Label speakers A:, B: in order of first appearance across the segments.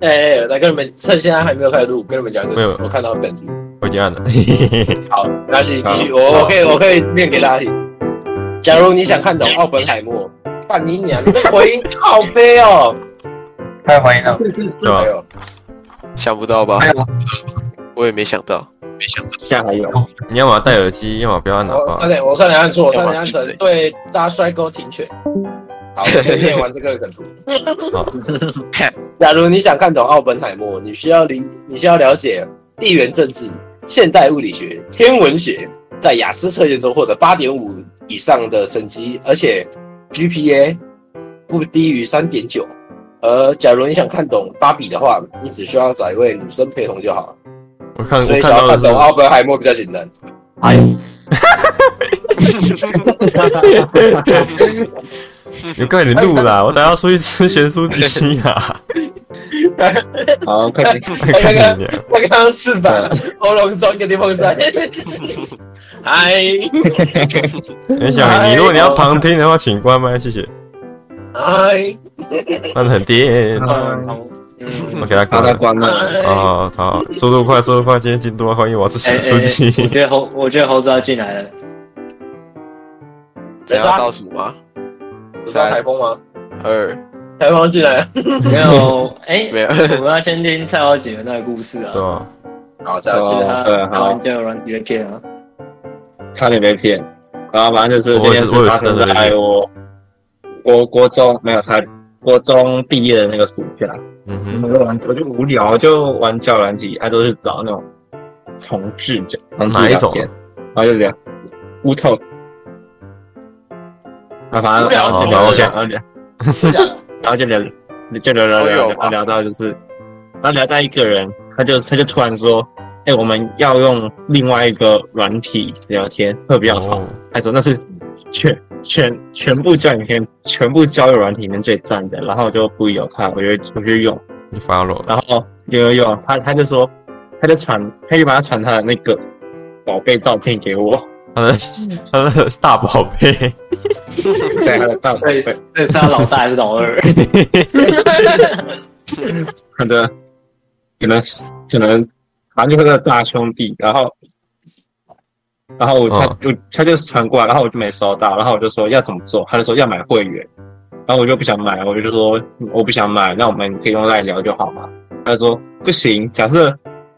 A: 哎、哎来跟你们，趁现在还没有开始录，跟你们讲一个，
B: 没有
A: 我看到本子。
B: 我已经按了。嘿嘿嘿嘿
A: 好，没关系，继续，
B: 好
A: 我
B: 好
A: 我可以我可以念给大家听。假如你想看懂奥本海默，半你娘，你的回音好悲哦，
C: 太欢迎了，
A: 这这
B: 对吧
A: 没有，
D: 想不到吧
B: 哎
C: 没？有，
D: 我也没想 到，
E: 现在还有，
B: 你要么戴耳机， 要么不要按喇
A: 我
B: 叭
E: 哦
A: 差。点哦我差点按错，我差
D: 干
A: 点
D: 嘛
A: 按
D: 闭
A: 成
D: 嘴
A: 对大家摔沟停犬。好，我先念完这个 梗图。 假如你想看懂奥本海默，你需要理，你需要了解地缘政治、现代物理学、天文学，在雅思测验中获得八点五以上的成绩，而且 GPA 不低于三点九。而假如你想看懂芭比的话，你只需要找一位女生陪同就好。
B: 我看
A: 所
B: 嗯我
A: 以
B: 看
A: 想要
B: 到
A: 看
B: 的
A: 懂
E: 啊
B: 是，
A: 奥本海默比较简单。
E: 哎呦，
B: 你快点录啦！ 我等下出去吃咸酥鸡啊！
E: 好，快 点，
B: 看你娘
A: 我刚刚是把喉咙装个电风扇。嗨，
B: 很想哎
E: 哎
B: 你，如果你要旁听的话，请关麦，谢谢。
A: 嗨，
B: 那很
C: 嗯
B: 颠，哎我
D: 嗯，
B: 给他
E: 哎
B: 关了。
E: 好的，关了，
A: 嗨，
B: 哦，好，速度快，速度快，今天进度要快，因为我要吃
C: 哎
B: 咸
C: 哎，
B: 酥
C: 哎我
B: 鸡。
C: 觉得猴，我觉得猴子要进来了，
D: 等一下倒数吗？
A: 不是要台风吗？
D: 二
A: 台风进来了。
C: 没有，哎，
D: 没有，
C: 我们要先听蔡小姐的那个故事
E: 哎
C: 啊
B: 对，吧？
A: 好，这样子
C: 就
E: 哦
C: 是她
E: 对
C: 打
E: 好
C: 完交友软体的片啊，
E: 差点被骗。啊，反正就是这件事发生在我国国中没有差点，国中毕业的那个暑假，
B: 嗯
E: 我
B: 哼，
E: 就玩，我就无聊，就玩叫软体，啊，都是找那种同志的，同志
B: 哪一
E: 聊
B: 种啊
E: 天，然后就聊乌头。啊，反正
A: 无聊
E: 然后就
B: 同
E: 聊
B: 志
E: 天，然后聊，
A: 真假的
E: 然后就聊，就聊聊
D: 都有
E: 聊
D: 吧
E: 聊聊到就是，然后聊到一个人，他就他就突然说，哎、我们要用另外一个软体聊天会比较好。
B: 哦
E: 他说那是全全全部交友圈全部交友软体里面最赞的，然后我就不有他，我就我就用。
B: 你发了，
E: 然后有有有，他他就说，他就传，他就把他传他的那个宝贝照片给我，
B: 他的他的大宝 贝，
E: 在他的大宝
C: 对
E: 贝，，
C: 这是他老大还是老 二？
E: 他的可能可能反正就是他的大兄弟，然后然后我他
B: 嗯
E: 就他就传过来，然后我就没收到，然后我就说要怎么做，他就说要买会员，然后我就不想买，我就说嗯我不想买，那我们可以用赖聊就好嘛，他就说不行，假设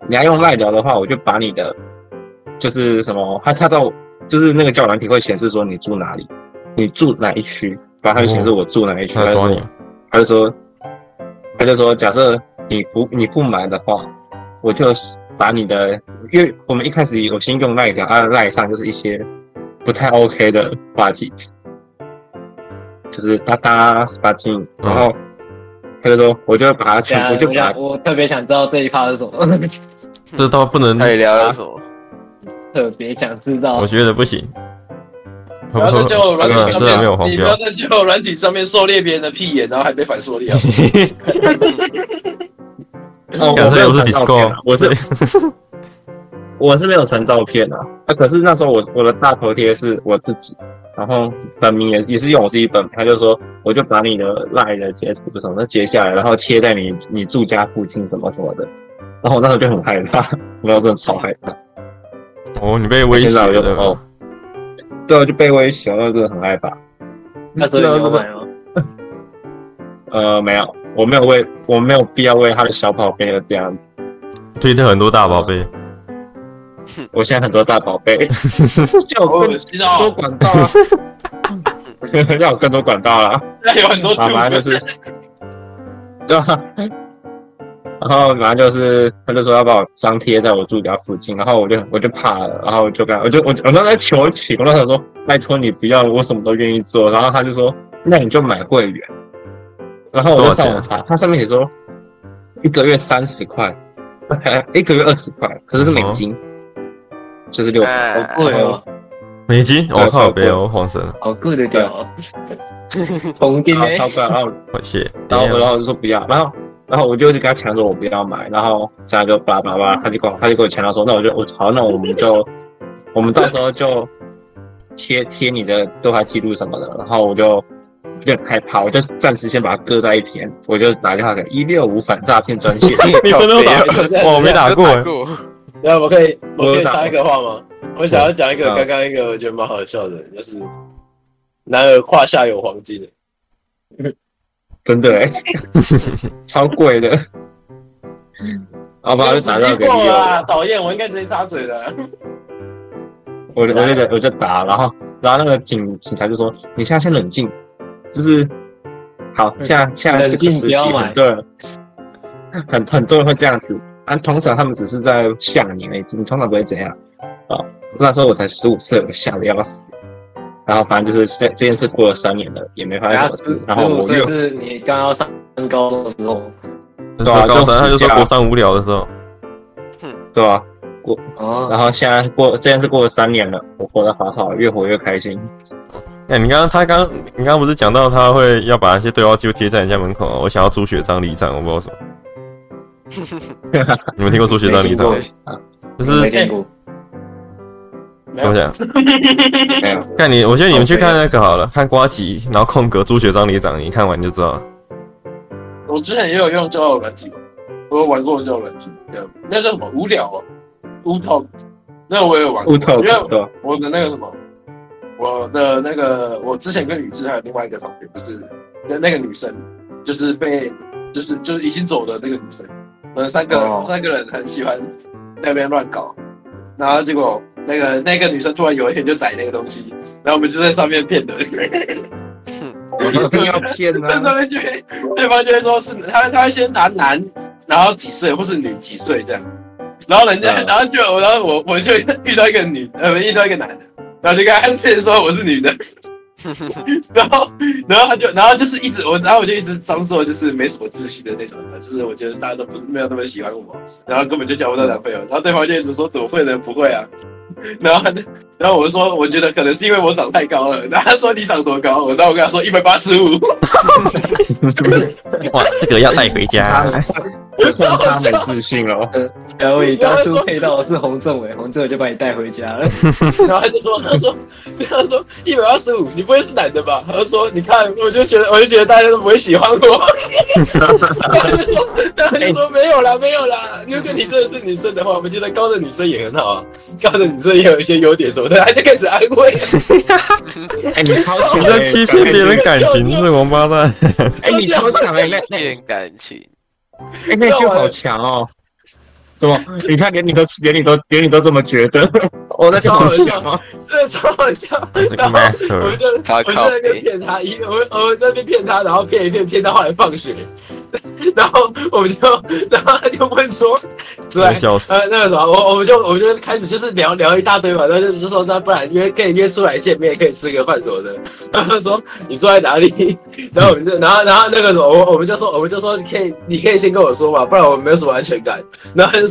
E: 你要用赖聊的话，我就把你的就是什么，他他到就是那个交友软体会显示说你住哪里，你住哪一区，然后他就显示我住哪一区，
B: 哦他
E: 他
B: 在
E: 就
B: 抓
E: 说
B: 你。
E: 他就说，他就说，假设你不你不买的话，我就把你的，因为我们一开始有先用那一条，啊，赖上就是一些不太 OK 的话题，就是哒哒 s p a t i n 然后他就说， 我就会把它
C: 对
E: 全
C: 啊，
E: 部就
C: 我
E: 把
C: 想我特别想知道这一趴是什么，
B: 这倒不能
D: 那，你聊了什么？
C: 特别想知 道
B: 我。觉得不行。
A: 不要在交友软体上
B: 真的没有黄
A: 面，你不要
B: 标，
A: 在交友软体上面狩猎别人的屁眼，然后还被反狩 猎啊。
E: 哦，
B: 感
E: 我没
B: 觉
E: 有
B: 我是
E: 传照片啊
B: disco，，
E: 我是我是没有传照片啊。啊，可是那时候我我的大头贴是我自己，然后本名也也是用我自己本名，他就说我就把你的赖的截图什么的截下来，然后贴在你你住家附近什么什么的。然后我那时候就很害怕， 我那时候真的超害怕。
B: 哦，你被威胁
E: 现在我就
B: 了
E: 哦。，对，我就被威胁，我真的很害怕。
C: 那所以你有买哦吗？
E: 呃，没有，我没有为我没有必要为他的小宝贝而这样子。
B: 推特很多大宝贝，嗯
E: 我现在很多大 宝贝，就
A: 好
E: 我
A: 恶
E: 更
A: 心
E: 多
A: 哦！
E: 管道啊， 要有更多管道啦。
A: 现在有很多
E: 啊，反正
A: 猪，
E: 就是，对吧？然后反正就是，他就说要把我张贴在我住家附近，然后我就我就怕了，然后我就跟他，我就我就我那时候在求情，我那时候说拜托你不要，我什么都愿意做。然后他就说那你就买会员，然后我就上网查，它上面写说一个月三十块， 一个月二十块，可是是美金，就是六
D: 哎
E: 百，
C: 贵哦，
B: 美金，我
E: 对
B: 靠，
E: 超
B: 北
E: 贵
B: 欧黄神了，
C: 好贵的屌哦，红金
E: 然
C: 呢
E: 后？ 超贵，然后
B: 我哦谢。
E: 然
B: 等一
E: 后
B: 下
E: 然后我就说不要，然后然后我就一直跟他强说我不要买，然后他就巴拉巴拉巴拉，他就跟我他就跟我强调说，那我就我好，那我们就我们到时候就贴贴你的对话记录什么的，然后我就有点害怕，我就暂时先把它搁在一边，我就打电话给一六五反诈骗专线。
B: 你真的打？哇，我没打过。
D: 过，
A: 那我可以我可
E: 我
A: 以
E: 有打
A: 插一个话吗？我想要讲一个
E: 嗯
A: 刚刚一个我觉得蛮好笑的，就是男儿胯下有黄金的，
E: 真的、欸，超贵的。 好吧，我就打电话给一
A: 过
E: 六
A: 了啊，导演，我应该直接插嘴的啊。
E: 我就我就
C: 啊
E: 我就打，然后然后那个警警察就说：“你现在先冷静，就是好，现在现在这个时期
C: 嗯冷静不要买
E: 很多人很很多人会这样子啊，通常他们只是在吓你而已，你通常不会怎样啊。那时候我才十五岁，我吓得要死。然后反正就是这这件事过了三年了，也没发
C: 然
E: 生
C: 后
E: 什么事。然
C: 啊十
E: 后
C: 十五
E: 我
C: 岁
E: 又
C: 是你刚要上高中的时候
E: 对啊
B: 高
E: 就
B: 三他就
E: 暑
B: 说
E: 假
B: 国三无聊的时候，
E: 对吧、
C: 哦，
E: 然后现在过这件事过了三年了，我活得好好，越活越开心。
B: 哎、你刚刚他刚你刚刚不是讲到他会要把那些对话记录贴在人家门口啊、我想要朱雪张立场，我不知道什么。 你们听过朱雪张立场吗？就是
C: 没听过，
A: 没
B: 怎
A: 有，
B: 么讲？
E: 没有
B: 看你，我觉得你们去看那个好了，看瓜吉，然后空格朱雪张立场，你看完就知 道了。
A: 我之前也有用交友软体嘛，我有玩过交友软体，对，那叫什么无聊哦，乌头，那我也有玩过，
E: 乌头
A: 因为
E: 对吧？
A: 我的那个什么，我的那个，我之前跟宇智还有另外一个同学，就是那那个女生，就是被，就是就是已经走的那个女生，我们三个人、
C: 哦
A: 三个人很喜欢那边乱搞，然后结果那个那个女生突然有一天就载那个东西，然后我们就在上面骗人，
E: 一定要骗啊
A: 那时！候就会对方就会说是他他会先拿男，然后几岁或是女几岁这样，然后人家、
E: 嗯
A: 然后就然后我我就遇到一个女呃遇到一个男的，然后就跟他骗说我是女的，然后然后他就然后就是一直我然后我就一直装作就是没什么自信的那种人，就是我觉得大家都不没有那么喜欢我，然后根本就交不到男朋友，然后对方就一直说怎么会呢不会啊，然后他就然后我就说我觉得可能是因为我长太高了，然后他说你长多高，我然后我跟他说一百八十五。
B: 哇，这个要带回
E: 他
B: 家。
E: 他他没自信哦，
C: 然后你当初配到的是洪政伟，洪政伟就把你带回家了。
A: 然后他就说，他说，他说一百二十五，你不会是男的吧？他就说，你看，我就觉得，我就觉得大家都不会喜欢我。 然后他就说，然后他就说没有啦，没有啦。如果你真的是女生的话，我们觉得高的女生也很好啊，高的女生也有一些优点什么的，他就开始安慰。
E: 哎，你超强
B: 你
E: 的，
B: 在欺骗别人感情，这个王八蛋！
E: 哎，你超强哎，那那
D: 骗感情，
E: 哎那就好强哦。怎么？你看，连你都连你都连你都这么觉得，
A: 我在
E: 那就好强 哦！
A: 真的超好笑。
B: 这个
A: 然后我
B: master，
A: 就
D: 他
A: 我就
D: 靠
A: 在那边
D: 北，
A: 骗他，一我我在那边骗他，然后骗一骗，骗到后来放学， 然后我们就，然后他就问说，出
E: 嗯
A: 来
B: 真笑死！
A: 呃，那个什么，我我们就我们就开始就是聊聊一大堆嘛，然后就就说那不然约可以约出来见面，可以吃个饭什么的。然后他说你住在哪里？ 然后我们就然后然后那个什么，我我们就说我们就说可以，你可以先跟我说嘛，不然我没有什么安全感。然后他就说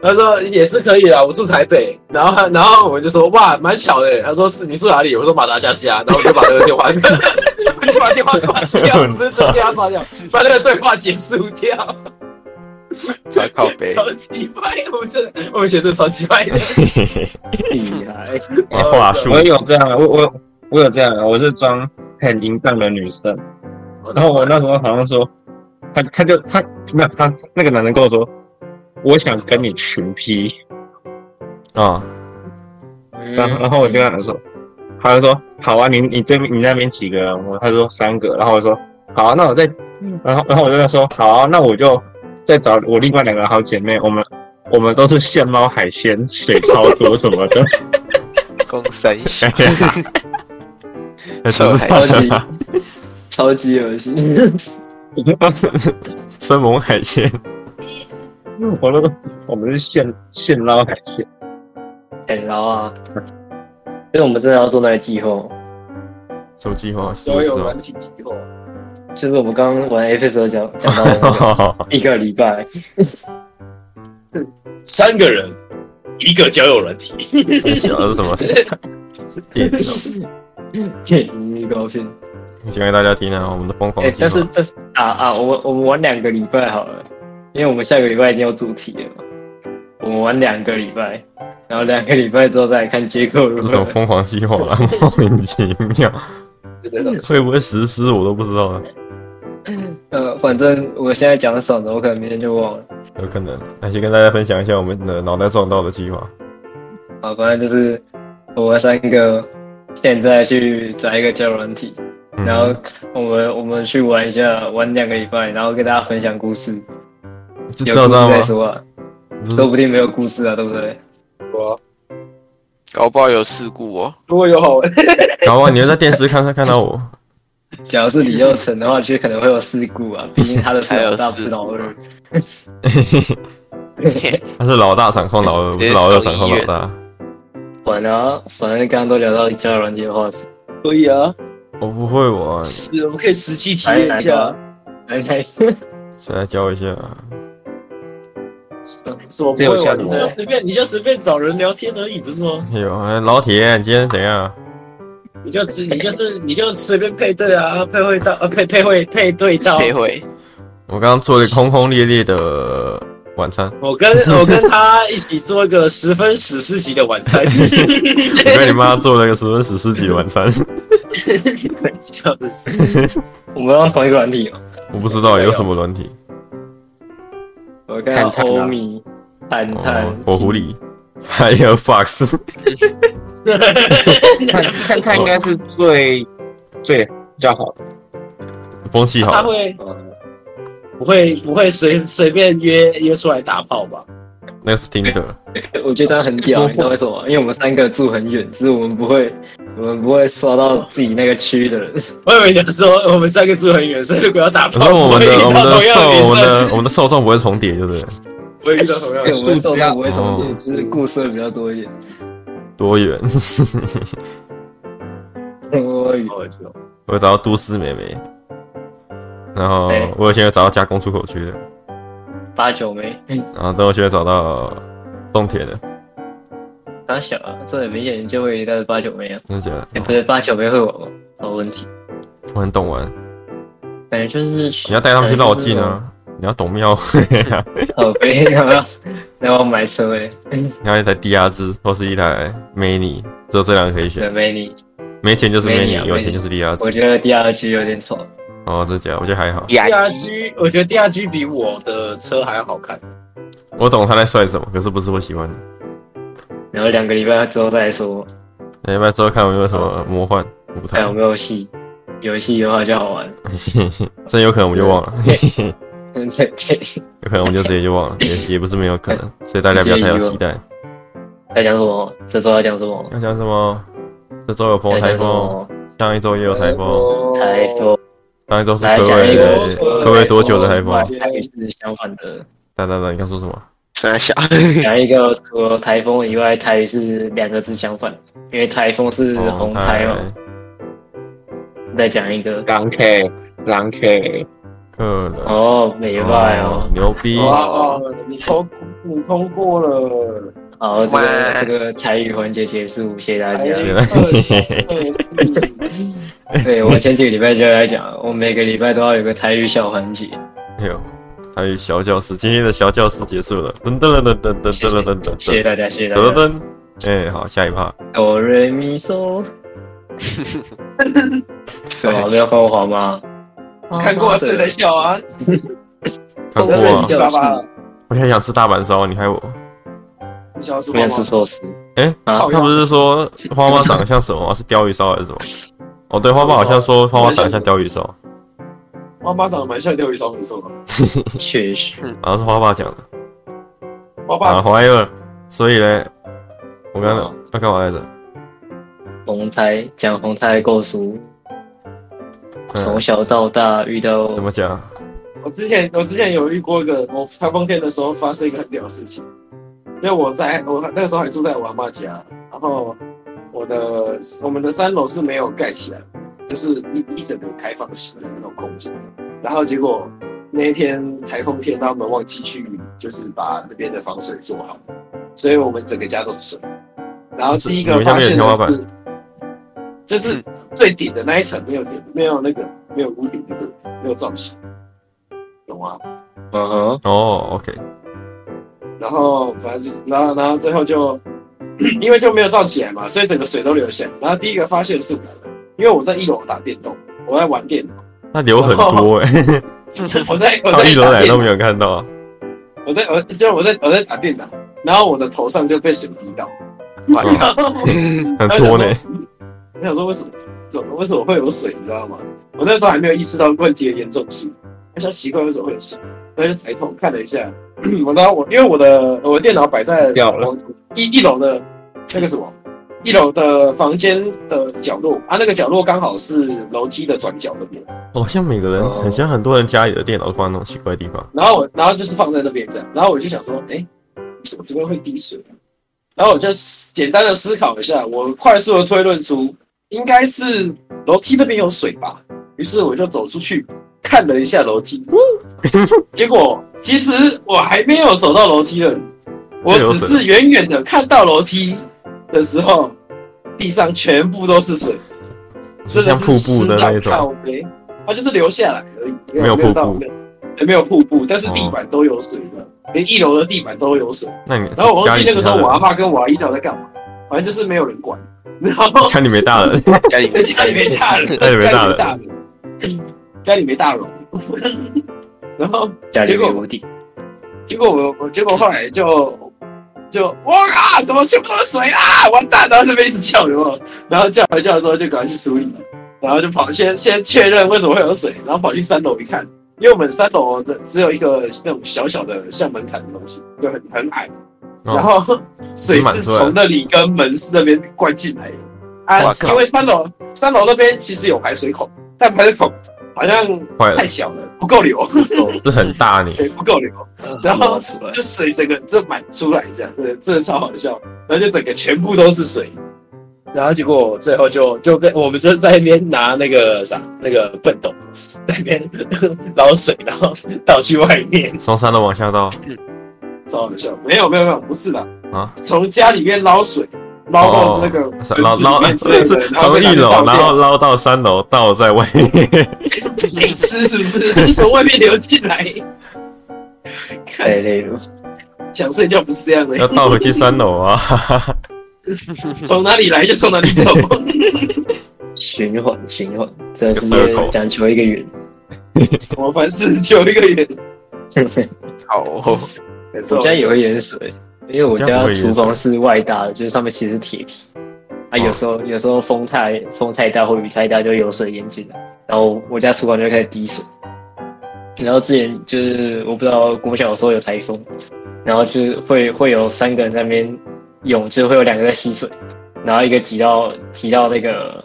A: 他说也是可以啦，我住台北。然后他然后我们就说哇，蛮巧的。欸他说是你住哪里？我说马达加斯加。然后我就把那个电话， 我就把电话挂掉，不是把电话挂掉，把那个对话结束掉。
D: 他靠北，
A: 超级派，我们真的，我们写的超级派的。
C: 厉害，
B: 哇话术
E: 我也有这样，啊我我我有这样，啊我是装很淫荡的女生。然后我那时候好像说，他他就他没有他那个男人跟我说，我想跟你群批。
B: 啊，
E: 然后然后我就跟他说，他就说好啊，你你对面你那边几个人？我他说三个，然后我说好、啊，那我再，然后然后我就跟他说好、啊，那我就再找我另外两个好姐妹，我们我们都是现捞海鲜，水超多什么的，
D: 公三小，
B: 哎真
D: 臭
B: 是
D: 海
C: 超级超级恶心，
B: 生猛海鲜，
E: 我都我们是现现捞海鲜，
C: 很捞啊！所以我们真的要做那个季后，
B: 什么计划？什
A: 交
B: 么计
A: 友
B: 划
A: 软体机构，
C: 就是我们刚刚玩 F 时候讲讲到的那 个一个礼拜，
A: 三个人一个交友软体，
B: 你想的是什么？
C: 骗你高兴。
B: 我讲给大家听啊，我们的疯狂
C: 哎、
B: 计划
C: 但是但是啊啊，我们我们玩两个礼拜好了，因为我们下个礼拜一定要主题了嘛。我们玩两个礼拜，然后两个礼拜之后再来看结果如
B: 这种
C: 何。
B: 疯狂计划啊，莫名其妙。
A: 那种。
B: 会不会实施我都不知道啊，
C: 呃，反正我现在讲的少了，我可能明天就忘了。
B: 有可能。那先跟大家分享一下我们的脑袋撞到的计划。
C: 啊，反正就是我们三个现在去找一个交友软体，
B: 嗯
C: 然后我们我们去玩一下，玩两个礼拜，然后跟大家分享故事。
B: 就
C: 有
B: 知道
C: 故
B: 知道
C: 事
B: 吗嗯
C: 再？说啊，
B: 不
C: 说
B: 是
C: 不定没有故事啊，对不对？
A: 哇
D: 搞不好有事故哦。
A: 如果有好玩，
B: 搞不好你会在电视看看看到我。
C: 假如是李佑成的话，就可能会有事故啊，毕竟他的是
D: 还有
C: 老大，不
D: 事
C: 是老
D: 故
C: 二。
B: 他是老大掌控老二，不是老二掌控老大。
C: 管啊，反正刚刚都聊到交友软件的话题，
A: 可以啊，
B: 我不会玩，
A: 是我们可以实际体
C: 来
A: 验
C: 哎来
A: 一
C: 吧
A: 下，
C: 来来，
B: 谁来教一下？
A: 什么不
E: 这有
A: 会玩，
E: 效
A: 你
E: 果
A: 就随便你就随便找人聊天而已，不是吗？
B: 有哎老铁，你今天怎样？
A: 你就 只你就是你就随便配对啊，配会到呃配配会配对到。
D: 配会，
B: 我刚刚做了一个轰轰烈烈的晚餐，
A: 我跟我跟他一起做一个十分史诗级的晚 餐，
B: 我跟你妈做了一个十分史诗级的晚餐。
A: 笑的死。
C: 我们用同一个软体哦。
B: 我不知道有什么软体，
C: 我看到
E: 探探
C: 欧
E: 啊
C: 米、探
A: 哎
C: 探
B: 哦、火狐狸、Firefox，
E: 看看看应该是最最比较好的，
B: 风气
A: 啊他
B: 好。
A: 会
C: 哦
A: 不会不会随随便约约出来打炮吧？
B: 那是 Tinder，
C: 我觉得这样很屌，
E: 我
C: 你知道为什么吗？因为我们三个住很远，就是我们不会，我们不会刷到自己那个区的人。
A: 我以为你说我们三个住很远，所以如果要打
B: 可
A: 炮，
B: 是我们
A: 不会遇
B: 的我们
A: 到
B: 的
A: 同样
B: 受
A: 女
B: 我们
A: 生，
B: 的我们的受众不会重叠，对不对？
A: 不会遇到 同样
C: 对，
A: 的
C: 我
A: 女
C: 们
A: 生。
C: 受众不会重
B: 哦
C: 点，只是故事会比较多一点。
B: 多远？
C: 哦我以为
A: 好久
B: 我有找到都市美眉，然后
C: 对
B: 我有些有找到加工出口区的，
C: 八九没，
B: 然后等我现在找到种田的，
C: 他小啊，这很明显就会，但是八九没啊，
B: 真的假的？
C: 哎，不是八九没会玩吗？好问题，
B: 我很懂玩，
C: 感觉就是去
B: 你要带他们去绕境！
C: 哎
B: 啊，你要懂庙 会啊，
C: 好悲，要不要？要不要买车哎？
B: 你要一台 DR 兹或是一台 Mini，只有这两个可以
C: 对
B: 选，
C: ，mini，
B: 没钱就是
C: Mini 啊
B: Mini，有钱
C: Mini
B: 就是 DR
C: 我
B: 兹。
C: 觉得第二句有点丑。
B: 哦，真的假的？我觉得还好，
A: D
D: 牙
A: R
D: 医
A: G，我觉得 D R G 比我的车还要好看。
B: 我懂他在帅什么，可是不是我喜欢的。
C: 然后两个礼拜之后再说，
B: 哎那要不要之后看有没有什么魔幻舞台
C: 看？有没有戏。有戏的话就好 玩，
B: 真有可能我们就忘了，
C: 嗯，对对。
B: 有可能我们就直接就忘了， 也也不是没有可能，所以大家不要太有期待。
C: 要讲什么？这周要讲什么？
B: 要讲什么？这周有
C: 要
B: 碰
C: 讲
B: 台
C: 什
B: 风，
C: 么？
B: 上一周也有台风，
C: 台风，
B: 上一周是
C: 来
B: 科
C: 讲一个
B: 威，科威多久的台
C: 完
B: 风？
C: 全是相反的。
B: 哒哒哒，你刚说什么？
D: 三小，
C: 讲一个除了台风以外，台是两个字相反，因为台风是
B: 哦
C: 红台嘛。再讲一个，
E: 狼 K 狼 K，
B: 克了，
C: 哦，美败哦。
B: 牛逼！
A: 哇，你通你通过了，
C: 好，这个
D: 哇
C: 这个彩语环节结束，谢谢大家。
B: 哎
C: 对我前几个礼拜就在讲，我每个礼拜都要有个台语小环节。
B: 哎呦，还有小教室，今天的小教室结束了，噔噔噔噔噔
C: 谢
B: 噔噔
C: 谢
B: 噔噔
C: 谢谢
B: 噔
C: 大家，谢谢大
B: 噔
C: 家。
B: 噔。哎，好，下一趴。
C: 哆瑞 咪嗦，干嘛
B: 哦
D: 三
C: 没有看过黄吗？
A: 看过是在笑啊，
B: 看过
A: 都
B: 啊
A: 被七八八了。哦
B: 我现在想吃大阪烧，你害我。
A: 你想吃
C: 我
A: 吗
C: 想？吃寿司。
B: 哎
C: 啊
A: 好
B: 他不是说花花长得像什么？是鲷鱼烧还是什么？哦，对，花花好像说花花长得像鲷鱼烧，
A: 妈妈长得蛮像钓鱼烧，没错吧。
C: 确实，
B: 好像是花爸讲的。
A: 花哦爸
B: 啊，怀了，所以嘞，我刚刚要干嘛来着？
C: 红胎讲红胎构书，从
B: 嗯，
C: 小到大遇到
B: 怎么讲？
A: 我之前我之前有遇过一个，我台风天的时候发生一个很屌的事情，因为我在我那个时候还住在我阿妈家，然后我的我们的三楼是没有盖起来，就是一一整个开放式的那种空间，然后结果那一天台风天，他们忘记去就是把那边的防水做好，所以我们整个家都是水。然后第一个
B: 你们下
A: 发
B: 面有
A: 现
B: 天
A: 的
B: 花板嗯
A: 是，就是最顶的那一层没有天没有那个没有屋顶那个没有造型，懂吗？
C: 嗯哼，
B: 哦，OK，
A: 然后反正就是，然后然后最后就因为就没有造起来嘛，所以整个水都流下来。然后第一个发现是我，因因为我在一楼打电动，我在玩电脑，
B: 那流很
A: 哦
B: 多哎、
A: 我在我
B: 到
A: 在
B: 哦一楼
A: 打
B: 来
A: 电
B: 都
A: 脑
B: 没有看 到啊。
A: 我在我就我在我在打电脑，然后我的头上就被水滴到，
B: 哇
A: 然后
B: 哦很多呢、
A: 我想说为什么怎么为什么会有水，你知道吗？我那时候还没有意识到问题的严重性，我想奇怪为什么会有水，然后就抬头看了一下， 我当我因为我的我的电脑摆在
E: 死掉了
A: 我一一楼的那个什么。一楼的房间的角落啊，那个角落刚好是楼梯的转角那边，
B: 好像每个人，
E: 哦
B: 很像很多人家里的电脑都放在那种奇怪的地方。
A: 然后我，然后就是放在那边这样，然后我就想说，哎，怎么这边会滴水啊、然后我就思简单的思考一下，我快速的推论出应该是楼梯那边有水吧。于是我就走出去看了一下楼梯，结果其实我还没有走到楼梯呢，我
B: 就有
A: 只
B: 水
A: 是远远的看到楼梯的时候，地上全部都是水，
B: 就
A: 真的
B: 像
A: 是
B: 瀑布的那一种，
A: 靠北，它就是流下来而已，
B: 没有瀑布哦
A: 到那，也没有瀑布，但是地板都有水的，连一楼的地板都有水。
B: 那你
A: 然后我忘
B: 家
A: 记
B: 里
A: 那个时候
B: 其他
A: 我阿
B: 人
A: 爸跟我阿姨到底在干嘛，反正就是没有人管，然后
B: 家里没大人，
D: 家里
A: 家里没大人，
B: 家里没大
A: 家里
B: 人
A: 没大人，家里没大人， 然后
C: 家里
A: 结果
C: 没无敌，
A: 结果我我结果后来就就哇啊，怎么全部都是水啊，完蛋！然后这边一直叫，有没有？然后叫完叫之后就赶快去处理，然后就跑先先确认为什么会有水，然后跑去三楼一看，因为我们三楼的只有一个那种小小的像门槛的东西，就很很矮，
B: 哦
A: 然后水是从那里跟门那边灌进来的啊
D: 哇，靠
A: 因为三楼三楼那边其实有排水孔，但排水孔好像
B: 坏了
A: 太，小了，不够流，
B: 是很大呢。
A: 对，不够流。呃然后 就水整个这满出来这样，这这超好笑，然后就整个全部都是水，然后结果最后就就跟我们就在那边拿那个啥那个笨斗在那边捞水，然后倒去外面，
B: 从三楼往下倒，
A: 超好笑。没有没有没有，不是啦，
B: 啊，
A: 从家里面捞水捞到那个
B: 是 捞捞
A: 盆
B: 是
A: 子里面之类的
B: 是从一楼，然 后捞到三楼，倒在外面。
A: 没哎吃是不是？从外面流进来，
C: 太
B: 哎
A: 看
C: 累了。
A: 想睡觉不是这样的、
B: 要倒回去三楼啊！
A: 从哪里来就从哪里走。
C: 循环循环，真的是
B: 一个 circle
C: 讲求一个圆。
A: 我凡事求一个圆，
D: 好哦，
C: 我家也会淹水，因为我
B: 家不
C: 家
B: 会淹水哦
C: 厨房是外搭的，就是上面其实是铁皮。啊，有时候有时候风太风太大或雨太大，就有水淹进来，然后我家厨房就会开始滴水。然后之前就是我不知道国小的时候有台风，然后就是会会有三个人在那边泳，就是会有两个在吸水，然后一个挤到挤到那个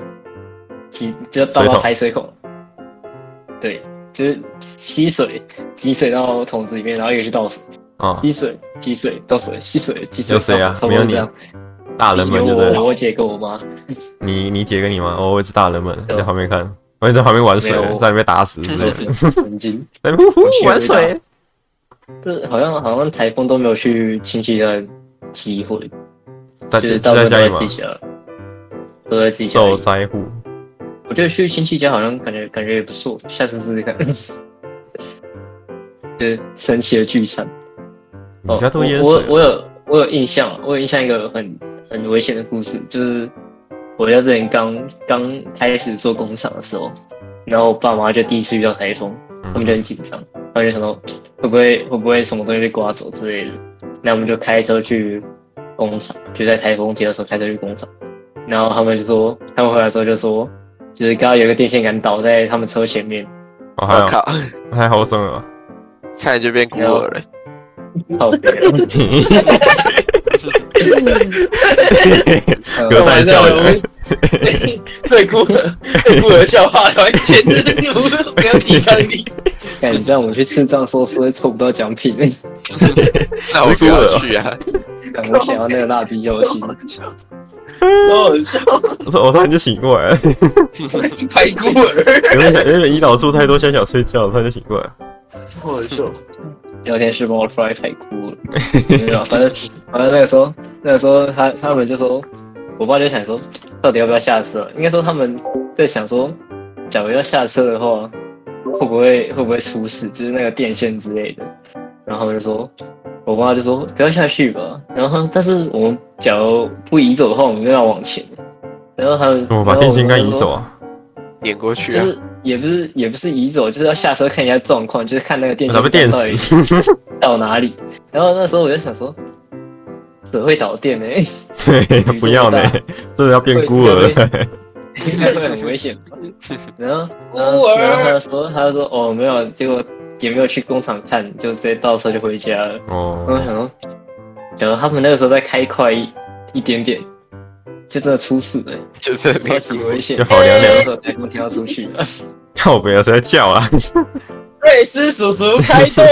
C: 挤就倒
B: 水
C: 到
B: 桶
C: 排水孔，对，就是吸水挤水到桶子里面，然后一个去倒水。
B: 啊，
C: 吸水，吸水，倒水，吸水，吸水，
B: 有谁啊
C: 倒水
B: 没有
C: 差不多这样
B: 大人们
C: 有
B: 就在
C: 我，我姐跟我妈，
B: 你你姐跟你妈，哦我也是大人们
C: 对
B: 在旁边看，我也在旁边玩水
C: 没有，我
B: 在那边打死之类的，
C: 曾经，
B: 在那边呼呼
C: 我去
B: 玩水。
C: 但是好像好像台风都没有去亲戚家集会，
B: 在
C: 就是
B: 就
C: 大
B: 在
C: 部分
B: 家
C: 都在
B: 里嘛
C: 自，己家，都在自己家
B: 受
C: 里。
B: 灾户。
C: 我觉得去亲戚家好像感觉感觉也不错，下次试试看。 就是神奇的聚餐，
B: 你家都淹
C: 哦、我
B: 水啊
C: 我我
B: 了，
C: 有我有印象，我有印象一个很很危险的故事，就是我家之前刚刚开始做工厂的时候，然后我爸妈就第一次遇到台风，
B: 嗯
C: 他们就很紧张，他们就想说会不会会不会什么东西被刮走之类的，那我们就开车去工厂，就在台风天的时候开车去工厂，然后他们就说他们回来之后就说，就是刚刚有一个电线杆倒在他们车前面，
B: 我哦还
D: 我
B: 好
D: 靠，
B: 还好生啊了。
D: 差点就变孤儿
B: 哦
D: 了。
C: 靠北啊，啊
B: 不要带笑
A: 我
B: 人
A: 们，对孤儿对孤儿笑话完全没有抵抗力。
C: 感觉让我去吃藏寿司会凑不到奖品。
D: 那我不要去啊！
C: 我想要那个蜡笔小 新，
A: 超好笑，
B: 我突我突然就醒过来了，
A: 拍孤儿，
B: 有点有点胰岛素太多，想想睡觉，突然就醒过来了。
A: 超好笑。
C: 聊天室把我 fry 太哭了。没有，反正反正那个时候，那个时候他他们就说，我爸就想说，到底要不要下车？啊应该说他们在想说，假如要下车的话，会不会会不会出事？就是那个电线之类的。然后他们就说，我妈就说不要下去吧。然后但是我们假如不移走的话，我们就要往前。然后他们
B: 哦我把电线杆移走
C: 啊。
B: 啊！
D: 碾过去
C: 就
D: 啊！
C: 是也不是也不是移走，就是要下车看一下状况，就是看那个电
B: 怎
C: 线
B: 么被哦电
C: 到底
B: 死？
C: 到哪里。然后那时候我就想说，怎么会导电 呢、哎
B: 对，
C: 宇宙
B: 不要呢
C: 大，
B: 这要变孤儿了。
C: 应该会很危险吧？然后，
A: 孤
C: 然后
A: 儿
C: 然后他就说，他就说，哦，没有，结果也没有去工厂看，就直接倒车就回家了。然后我
B: 哦，
C: 想说，想到他们那个时候再开快一一点点，就真的出事 了、
D: 就是那个
C: 超级危险
B: 就。好凉
C: 那
B: 凉。
C: 时候太空跳出去了，
B: 靠北啊，谁在叫啊？
A: 瑞斯叔叔开动，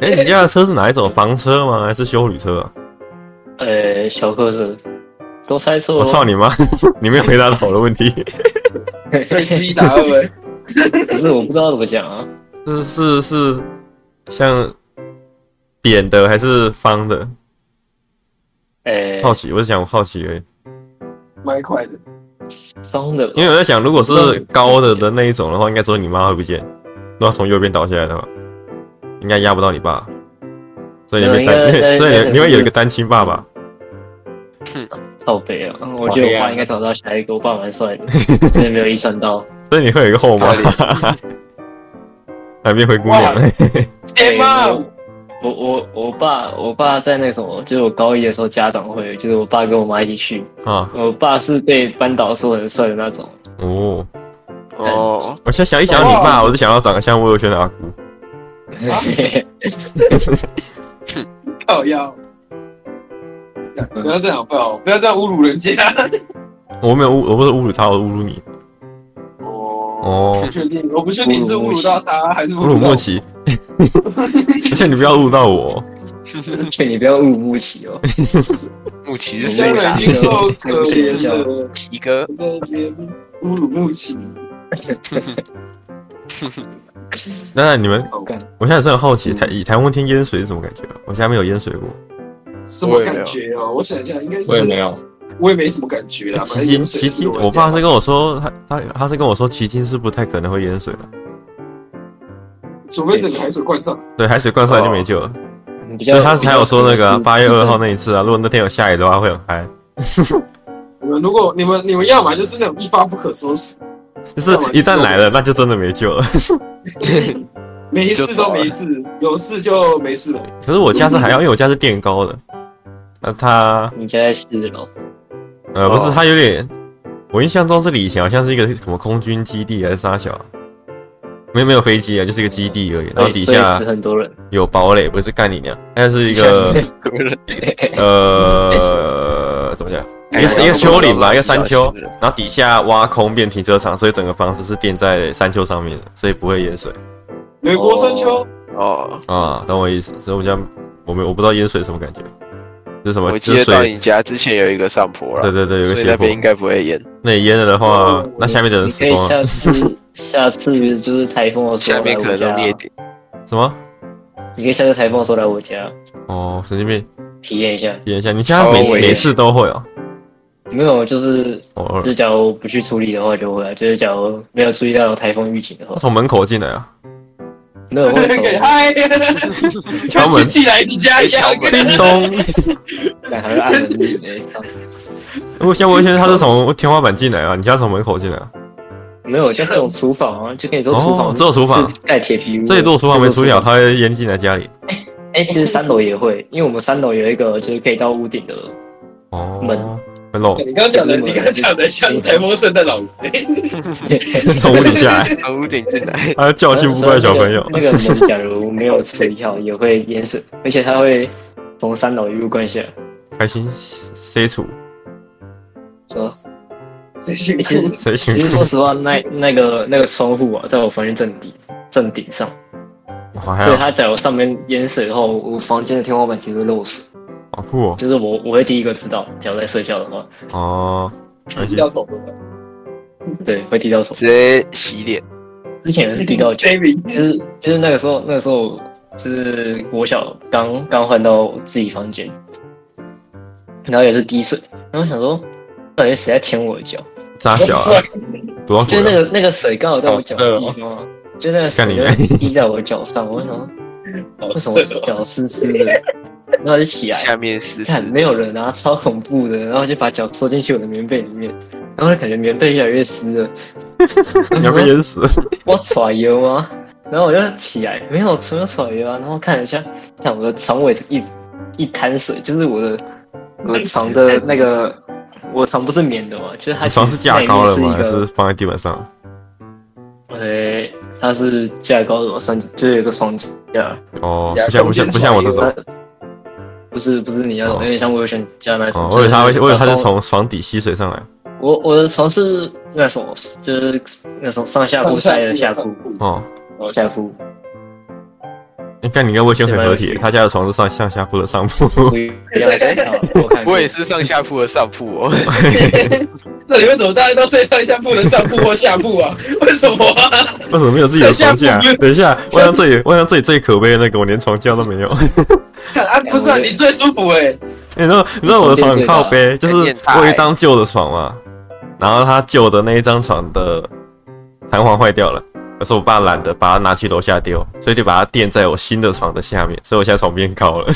B: 哎，你家的车是哪一种？房车吗？还是修旅车啊？
C: 呃，小克是都猜错
B: 我
C: 了。
B: 操你妈！ 你没有回答到我的问题。
A: 瑞斯一打二，
C: 可是我不知道怎么讲啊，
B: 是是是，像扁的还是方的？
C: 诶、
B: 好奇，我是想好奇而已。
A: 蛮快的。
C: 方的吧，
B: 因为我在想，如果是高的的那一种的话，应该只有你妈会不见。如果从右边倒下来的话，应该压不到你爸，所以你会
C: 没 有应
B: 单，
C: 该
B: 所以
C: 应该
B: 你你会有一个单亲爸爸。
C: 靠北啊！
B: 哦
C: 我觉得我爸应该找到下一个，我爸蛮帅 的，真的没有遗传到。
B: 所以你会有一个后妈
D: 哪里，
B: 还变灰姑娘。
A: 天妈，
C: 我我我爸我爸在那个什么，就是我高一的时候家长会，就是我爸跟我妈一起去。
B: 啊，
C: 我爸是被班导说很帅的那种，
B: 哦，
D: 哦，
B: 我现在想一想你爸，我就想要长得像魏如萱的阿姑。啊
A: 靠腰！不要这样，不要不要这样侮辱人家。
B: 我没有侮，我不是侮辱他，我侮辱你。
A: 哦，
B: 哦
A: 不，确定，我不确定是侮辱到他还是
B: 侮辱
A: 到
B: 莫
A: 我。
B: 奇， 而且你不要侮辱到我。哦
C: 劝你不要误木起哦。
D: 穆奇
A: 这
D: 是
A: 些
D: 谁
A: 人
D: 啊
A: 已？经够可怜了，
D: 奇哥，
A: 在那边侮辱穆奇。
B: 那你们
A: 好
C: 干，
B: 我现在是很好奇，台以台湾天淹水是什么感觉、啊？我现在没有淹水过，
A: 什么感觉哦？我想一下，应该是
E: 我也没有，
A: 我也没什么感觉啦。
B: 奇经奇经，我爸是跟我说，他他他是跟我说奇经是不太可能会淹水的，
A: 除非整个海水灌上，
B: 对，海水灌出来就没救了。
C: 比
B: 所
C: 较
B: 以他还有说那个八、8月二号
C: 那
B: 那一次啊，如果那天有下雨的话会很嗨，
A: 你们如果你们你们要么就是那种一发不可收拾，
B: 就是一旦来了那就真的没救了。
A: 没事都没事，有事就没事了。
B: 可是我家是还要，因为我家是垫高的，那它
C: 你家在哦四楼，
B: 呃不是
D: 哦
B: 它有点，我印象中这里以前好像是一个什么空军基地还是啥小啊，没有没有飞机啊，就是一个基地而已，然后
C: 对，
B: 底
C: 哎所以
B: 下
C: 死很多人。
B: 有堡垒，不是干你娘，那是一 个。呃，怎么讲？
D: 哎
B: 一个一个丘陵吧，一个山丘，然后底下挖空变停车场，所以整个房子是垫在山丘上面的，所以不会淹水
A: 美国深秋，
D: 哦，
B: 啊，懂我意思？所以我们家我们我不知道淹水什么感觉，是什么？
D: 我
B: 就
D: 记
B: 是
D: 得到
B: 水？
D: 你家之前有一个上坡
B: 对对
D: 了，
B: 对，有个
D: 所以
B: 斜
D: 那
B: 坡
D: 边，应哦该不会淹。
B: 那你淹了的话，那下面的人
C: 你
B: 死
C: 可以
B: 光了。
C: 下次下次就是台风的时
D: 下
C: 候来
D: 面可
C: 我
D: 能都
C: 家，
D: 灭顶。
B: 什么？
C: 你可以下次台风的时候来我家
B: 哦，神经病！
C: 体验一下。
B: 淹一下，你现在每
D: 超危险
B: 每次都会哦，
C: 没有，就是
B: 偶尔
C: 就是假如不去处理的话就会啊，就是假如没有注意到台风预警的话，
B: 从门口进来啊，
C: 那我会
A: 给
C: 从
A: 嗨，
B: 敲门
A: 亲，戚来你家一样，
B: 叮咚。
C: 还会按门铃诶上
B: 我像我以前他是从天花板进来啊，你家从门口进来啊，
D: 嗯
C: 没有，就是那种厨房啊，就跟你说
B: 哦
C: 厨房，
B: 只有厨房
C: 是盖铁皮屋。
B: 所以如果厨房没处理好，啊
C: 它。
B: 他会淹进来家里。
C: 哎，其实三楼也会，因为我们三楼有一个就是可以到屋顶的，
B: 哦，
C: 门
B: 会漏，
A: 你刚刚讲的，你刚刚讲的像台风圣诞老人，
B: 从屋顶下 来，
D: 从屋顶进来，
B: 他教训不乖小朋友。
C: 那个那个门假如没有处理好，也会淹死，而且它会从三楼一路灌下来。
B: 开心谁处
C: 说，
A: 谁辛
C: 哎其实
A: 苦？
B: 谁辛
C: 其实
B: 苦
C: 说，实话，那那个那个窗户啊，在我房间正顶正顶上，
B: 我哦还
C: 所以
B: 好，
C: 它假如上面淹水后，我房间的天花板其实会漏水，
B: 好酷哦
C: 就是我我会第一个知道，假如在睡觉的话，
B: 哦，而且
A: 掉头了。
C: 对，会滴到手。
D: 直接洗脸。
C: 之前也是滴到脚。
A: Jamie，
C: 就是就是那个时候，那个时候就是国小刚刚换到自己房间，然后也是滴水，然后想说，到底是谁在舔我的脚？
B: 扎小啊，多少
C: 就是
B: 鬼
C: 那
B: 啊？哦
C: 个那个水刚好在我脚的地方啊，就那个水
B: 干你
C: 就滴在我脚上，我想说
A: 好
C: 为什么
A: 色哦！
C: 脚湿湿的， 然后就起来，
D: 下面是
C: 看没有人啊，超恐怖的，然后就把脚缩进去我的棉被里面，然后就感觉棉被越来越湿了，
B: 你啊要被淹死了。
C: 我喘油啊，然后我就起来，没有，没有喘油啊，然后看了一下，看我的床尾一一滩水，就是我的我的床的那个，我床不是棉的嘛，就是它
B: 你
C: 其实
B: 床是架高了
C: 内
B: 吗？
C: 面
B: 还
C: 是一
B: 是
C: 个，
B: 放在地板上？
C: 呃，它是架高的嘛，算就是有一个双架，
B: 哦，
A: 呀
B: 不像不像
A: 空间
B: 不像我这
A: 床
B: 种
A: 有。
C: 不是不是你要
B: 哦
C: 有点像我有选架那种，
B: 哦，
C: 就
B: 我以为他会，
C: 是
B: 我以为他
C: 那
B: 是
C: 种
B: 从床底吸水上来。
C: 我我的床是那种，就是那种上下铺塞的下铺，
B: 哦，
C: 下铺
B: 你看你跟魏先很合
C: 是蛮有趣
B: 体，
C: 的
B: 他家的床是上上下铺的上铺。
C: 不一样的型号。我看过
D: 我也是上下铺的上铺哦，
A: 那你为什么大家都睡上下铺的上铺或下铺啊？为什么啊？
B: 为什么没有自己的
A: 上
B: 床
A: 下
B: 架
A: 铺没有？
B: 等一下， 我想这里，我想这里最可悲的那个，我连床架都没有。
A: 看啊，不是啊，你最舒服哎、
B: 你知道，你知道我的床很靠背，就是
D: 很变态
B: 我有一张旧的床嘛，然后他旧的那一张床的弹簧坏掉了，可是我爸懒得把它拿去楼下丢，所以就把它垫在我新的床的下面，所以我现在床变高了，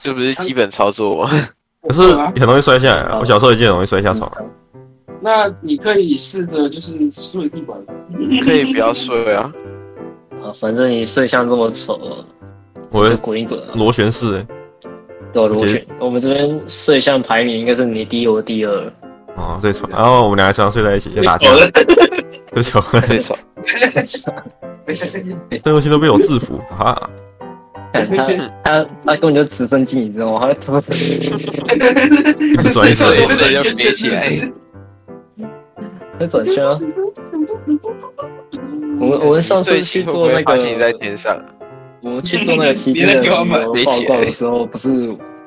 D: 这不是基本操作吗？
B: 可是很容易摔下来啊。我小时候已经很容易摔下床了，啊
F: 那你可以试着就是睡地板，
D: 可以不要 睡啊，
C: 啊，反正你睡相这么丑，
B: 我
C: 就
B: 的
C: 滚一滚啊！
B: 螺旋式欸
C: 对啊，
B: 我
C: 螺
B: 觉得
C: 旋。我们这边睡相排名应该是你第一，我第二。
B: 哦，这床，然后我们俩在床上睡在一起，就打架， 这床，
D: 最少。
B: 这东西都被我制服啊！
C: 看他他他根本就直升机，你知道吗？他
B: 直转一直
D: 没事就飞起来，
C: 他转圈啊！我们我们上次
D: 最
C: 去
D: 近会不
C: 做那
D: 会发现你在
C: 个，
D: 天上？
C: 我们去做那个骑车的旅游报告的时候，不是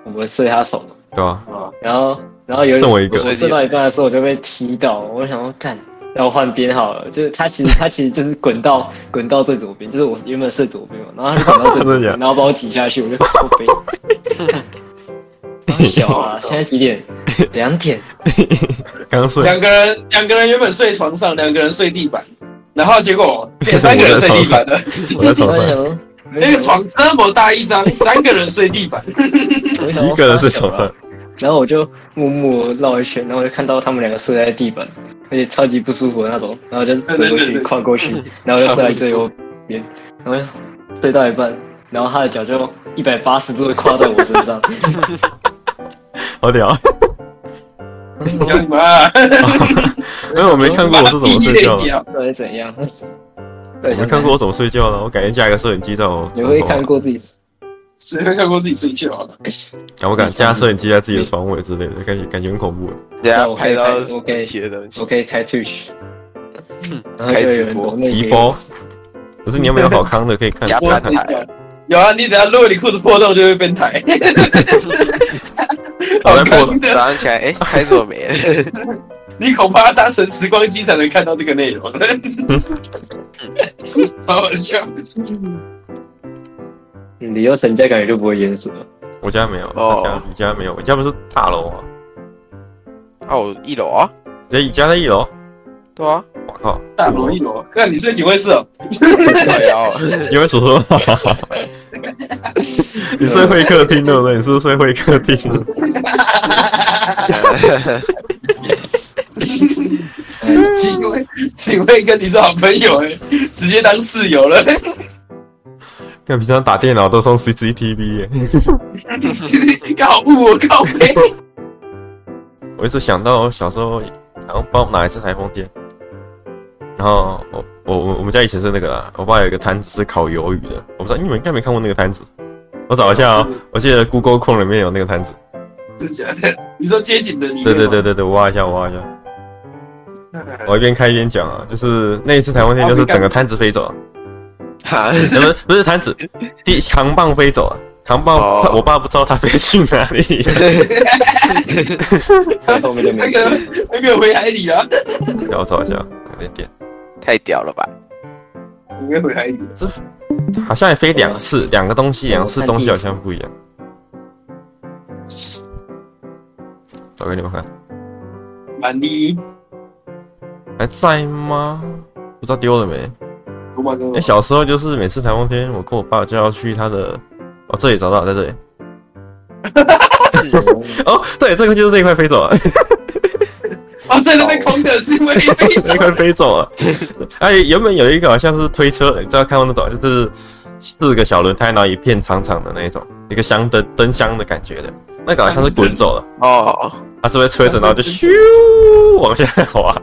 C: 我们睡他手吗？
B: 对吧？
C: 然后然后有
B: 送我一个
C: 我睡到一半的时候我就被踢到，我想要干，要换边好了。就是他其实他其实就是滚到滚到最左边，就是我原本睡左边嘛，然后他就滚到最 左
B: 真的假的
C: 边，然后把我挤下去，我就后 背。干小啊！现在几点？两点。
B: 刚睡，
F: 两个人两个人原本睡床上，两个人睡地板，然后结果变三个人睡地板了。
B: 我在床
C: 我想
B: 上，
C: 说，
F: 那个床这么大一张，三个人睡地板，
C: 我想
B: 一
C: 说
B: 个人睡
C: 干
B: 床
C: 小
B: 上
C: 啊。然后我就默默绕一圈，然后我就看到他们两个睡在地板，而且超级不舒服的那种，然后我就走过去跨过去，然后就睡在最右边，然后睡到一半，然后他的脚就一百八十度的跨在我身上，
B: 好屌！
F: 干嘛？
B: 因为我没看过我是怎么睡觉的。
C: 到底怎样？到底
B: 我没
C: 想
B: 看过我怎么睡觉了，我改天架一个摄影机在我
C: 你
B: 床
C: 会
B: 头
C: 看
B: 啊，
C: 过自己
F: 谁会看过自己睡觉啊？
B: 敢不敢架摄影机在自己的床尾之类的，感觉感觉很恐怖。
D: 等下拍到
C: 我可以
D: 神奇的东西
C: 我，可以开 Twitch，然后就有人懂那
B: 提包，可是你有没有好康的可以看？
D: 假
B: 看
D: 发
B: 看
D: 台
A: 有啊，你等下如果你裤子破洞就会变 态。好
B: 我在
A: 看
B: 破
A: 的，
D: 早上起来，哎，拍怎么没了？
A: 你恐怕要搭乘时光机才能看到这个内 容。超好笑，
C: 嗯你有成家感觉就不会淹水了。
B: 我家没有，
D: 哦
B: 他家你家没有，你家不是大楼啊？
D: 啊，我一楼啊，
B: 你家你家在一楼，
D: 对啊，
B: 我靠！
F: 大罗一罗，
A: 那你睡警卫室哦？
D: 对啊，
B: 因为叔叔， 你睡会客厅对不对？你是不是睡会客厅？
D: 哎
B: 嗯
A: 警卫，警卫跟你是好朋友哎、直接当室友了。
B: 看平常打电脑都送 CCTV，耶嗯
A: 你好误我靠背，
B: 我一直想到小时候，好像不知道哪一次台风天，然后我我我我们家以前是那个啦，我爸有一个摊子是烤鱿鱼的，我不知道你们应该没看过那个摊子，我找一下啊、我记得 Google 空里面有那个摊子，
A: 真假的？你说街景的里面吗
B: 对对对，对对，我挖一下我挖一下，我一边开一边讲啊，就是那一次台风天就是整个摊子飞走啊，
D: 哈，
B: 呃不是不是摊子，第扛棒飞走啊。扛棒
D: 哦
B: 他我爸不知道他飞去哪里，
C: 后面就没
A: 那
C: 事。
A: 个那个回海里啊，
B: 然后找一下，有点点，
D: 太屌了吧？
A: 应该回海里。啊
B: 好像也飞两次，两个东西，两次东西好像不一样。找给你们看，
A: 满地
B: 还在吗？不知道丢了没？
A: 走马灯
B: 因为小时候就是每次台风天，我跟我爸就要去他的，哦，这里找到，在这里。 哦，对，这个就是这一块飞走了。
A: 哦，所以那边空的是因为飞走
B: 那，快飞走了。 哎，原本有一个好像是推车，你知道看过那种，就是四个小轮胎，然后一片长长的那种，一个箱灯灯箱的感觉的，那个好像是滚走了，
D: 哦，
B: 它是会吹着，然后就咻往下滑，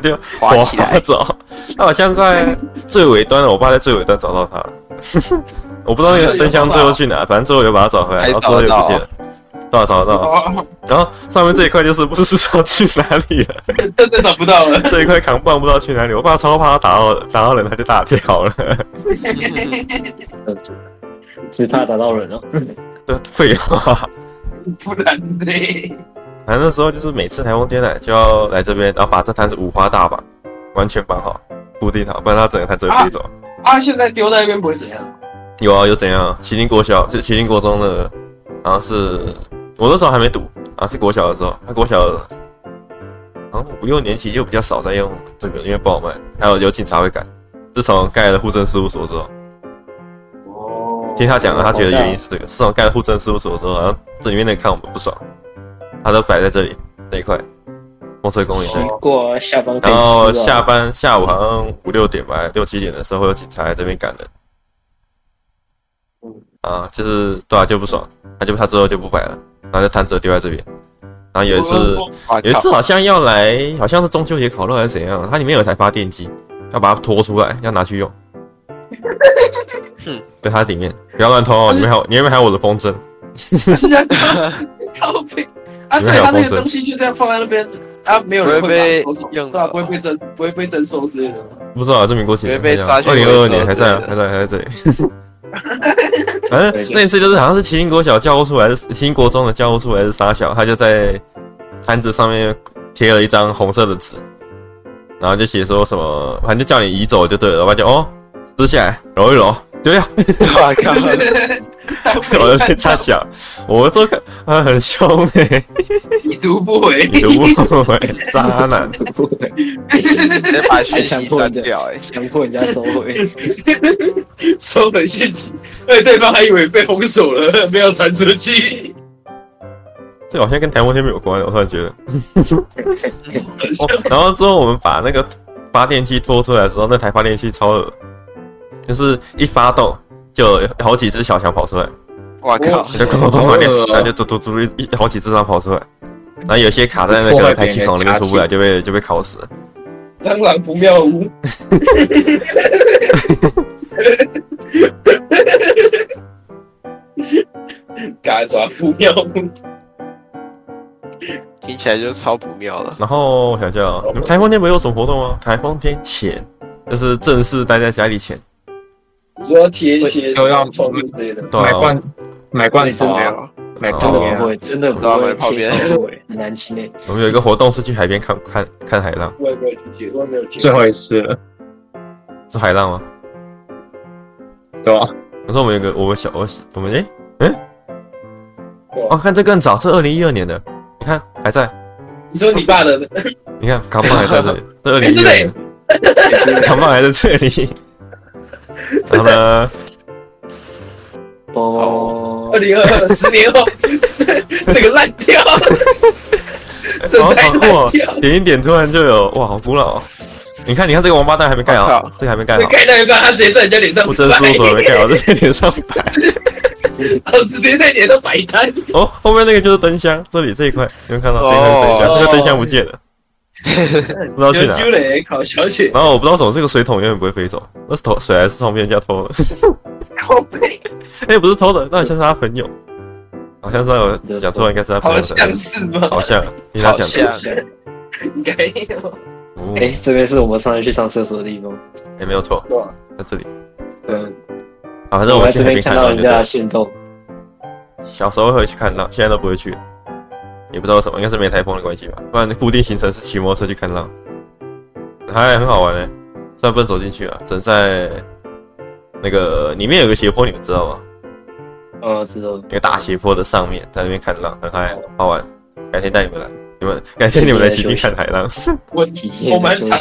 B: 对，
D: 滑
B: 滑
D: 起来
B: 走。它好像在最尾端，我爸在最尾端找到它了。 我不知道那个灯箱最后去哪，反正最后有把它找回来，然后最后又不见了，哎找找得到。
A: 哦，
B: 然后上面这一块就是不知道去哪里 了。
A: 真的找不到 了。
B: 这一块扛棒不知道去哪里，我爸超怕他打到打到人，他就打掉了。
C: 只怕打到人哦。
B: 对，废话。
A: 不然呢？
B: 反正那时候就是每次台风天来就要来这边，然后把这摊子五花大绑，完全绑好，固定好，不然他整个摊子会飞走。
A: 啊，现在丢在那边不会怎样？
B: 有啊，有怎样？麒麟国小是麒麟国中的，然后是我那时候还没读啊，是国小的时候，他国小的，好像五六年级就比较少在用这个，因为不好卖，还有有警察会赶。自从盖了户政事务所之后，
A: 哦，
B: 听他讲了，他觉得原因是这个。自从盖了户政事务所之后，然后这里面的人看我们不爽，他都摆在这里那一块风车公园那里。
C: 难过下班可以
B: 然后
C: 吃
B: 下
C: 啊。
B: 班下午好像五六点吧，六七点的时候会有警察来这边赶人。啊，就是对啊，就不爽，他就他之后就不摆了，然后就摊子丢在这边。然后有一次，
D: 哇
B: 有一
D: 靠
B: 次好像要来，好像是中秋节烤肉还是怎样，它里面有一台发电机，要把它拖出来，要拿去用。对，它里面不要乱偷哦，里面还有里面还有我的风筝。
A: 靠背啊，所以他那个东西就这样放在那边，啊，没有人把它收走，
D: 不会被用
A: 对啊，不会被征，不会被征收之类的吗。
B: 不知道、啊、这民国几年？
D: 没被抓去
B: 二零二二年还
D: 回收
B: 在啊，还
D: 对
B: 在，还在这里。 反正那一次就是好像是麒麟国小教务处还是麒麟国中的教务处还是啥小，他就在摊子上面贴了一张红色的纸，然后就写说什么，反正就叫你移走就对了，我就哦撕下来揉一揉丢掉，
D: 哇靠，
B: 我就被插小， 我做看啊很凶哎、欸，
A: 已读不回，
B: 你误会渣男。
C: 不会
D: 直接把讯息删掉哎，
C: 强迫人家收回，
A: 收回信息，对，对方还以为被封锁了，没有传出去。
B: 这好像跟台风天没有关，我突然觉得。 哦，然后之后我们把那个发电机拖出来的时候，那台发电机超恶，就是一发动就有好几只小强跑出来，
E: 哦
D: 哇靠，
B: 就咚咚咚咚两只，然后就嘟嘟嘟一好几只它跑出来，然后有些卡在那
E: 破
B: 个
E: 坏
B: 排
E: 别人的
B: 气孔里面
E: 家庭
B: 出不来，就被就被烤死了。
A: 蟑螂不妙 屋，嘎爪不妙屋，
D: 听起来就超不妙了。
B: 然后我想一下啊，你
E: 哦
B: 们台风天没有什么活动吗？台风天前，就是正式待在家里前，
A: 你说贴一些什
E: 都要
A: 么窗户之类的吗，
B: 对
E: 买
B: 啊，
E: 罐买罐头
D: 没
E: 啊，
D: 有，
E: 买
C: 真
E: 泡
C: 的
E: 面
C: 不
E: 啊，
C: 会，真的不
D: 对啊
A: 哦
D: 没
C: 会
D: 泡面
C: 切收回，很难听诶。
B: 我们有一个活动是去海边看看看海浪，
A: 我也没有进去，我也没有进去。
E: 最后一次了，
B: 是海浪吗？
E: 对吧？
B: 可是我们有个我们小我我们诶，嗯、
A: 哇
B: 哦，看这更早，这二零一二年的，你看还在，
A: 你说你爸的，
B: 你看扛棒还在 这里，这二零
A: 哎
B: 一二
A: 真的耶
B: 年，扛棒还在这 里。然后呢，
C: 哦
A: 二，零二二十年后， 这个烂掉，这
B: 然后
A: 太烂
B: 闯祸
A: 掉，
B: 哦点一点，突然就有哇，好古老、哦。你看，你看这个王八蛋还没盖
D: 我
B: 好
D: 靠，
B: 这个还没盖
A: 被
B: 好，
A: 开到一半，他直接在人家脸上
B: 不
A: 摆，
B: 真事务所还没盖好，这在脸上摆。
A: 哦直接在脸上摆摊，
B: 哦，后面那个就是灯箱，这里这一块，你们看到这一块是灯箱，
A: 哦
B: 这个灯箱不见 了，不知道去
A: 有
B: 哪。
A: 修嘞，考小雪，
B: 然后我不知道怎么这个水桶永远不会飞走，那是偷水还是从别人家偷的？
A: 靠背，
B: 哎、不是偷的，那好像是他朋友，好像是他有讲错，应该是他朋友
A: 好
B: 的。
A: 像是吗？
B: 好像听他
D: 好
B: 讲的。
D: 像
A: 应该有，
B: 哦
C: 哎，这边是我们上次去上厕所的地方。
B: 也哎没有错，
A: 对吧
B: 在这里。
C: 嗯，
B: 啊，反正
C: 我
B: 我
C: 在
B: 们去海边
C: 这边看
B: 看
C: 到
B: 到
C: 人
B: 就
C: 家的
B: 对
C: 线动，
B: 小时候会去看浪，现在都不会去，也不知道为什么，应该是没台风的关系吧。不然固定行程是骑摩托车去看浪，还很好玩呢、虽然不能走进去啊，只能在那个里面有个斜坡，你们知道吗？
C: 嗯，知道。
B: 一个大斜坡的上面，在那边看浪，很嗨，好玩。改天带你们来，你们改天你们来骑骑看海浪。
A: 我
C: 体现
A: 我蛮常，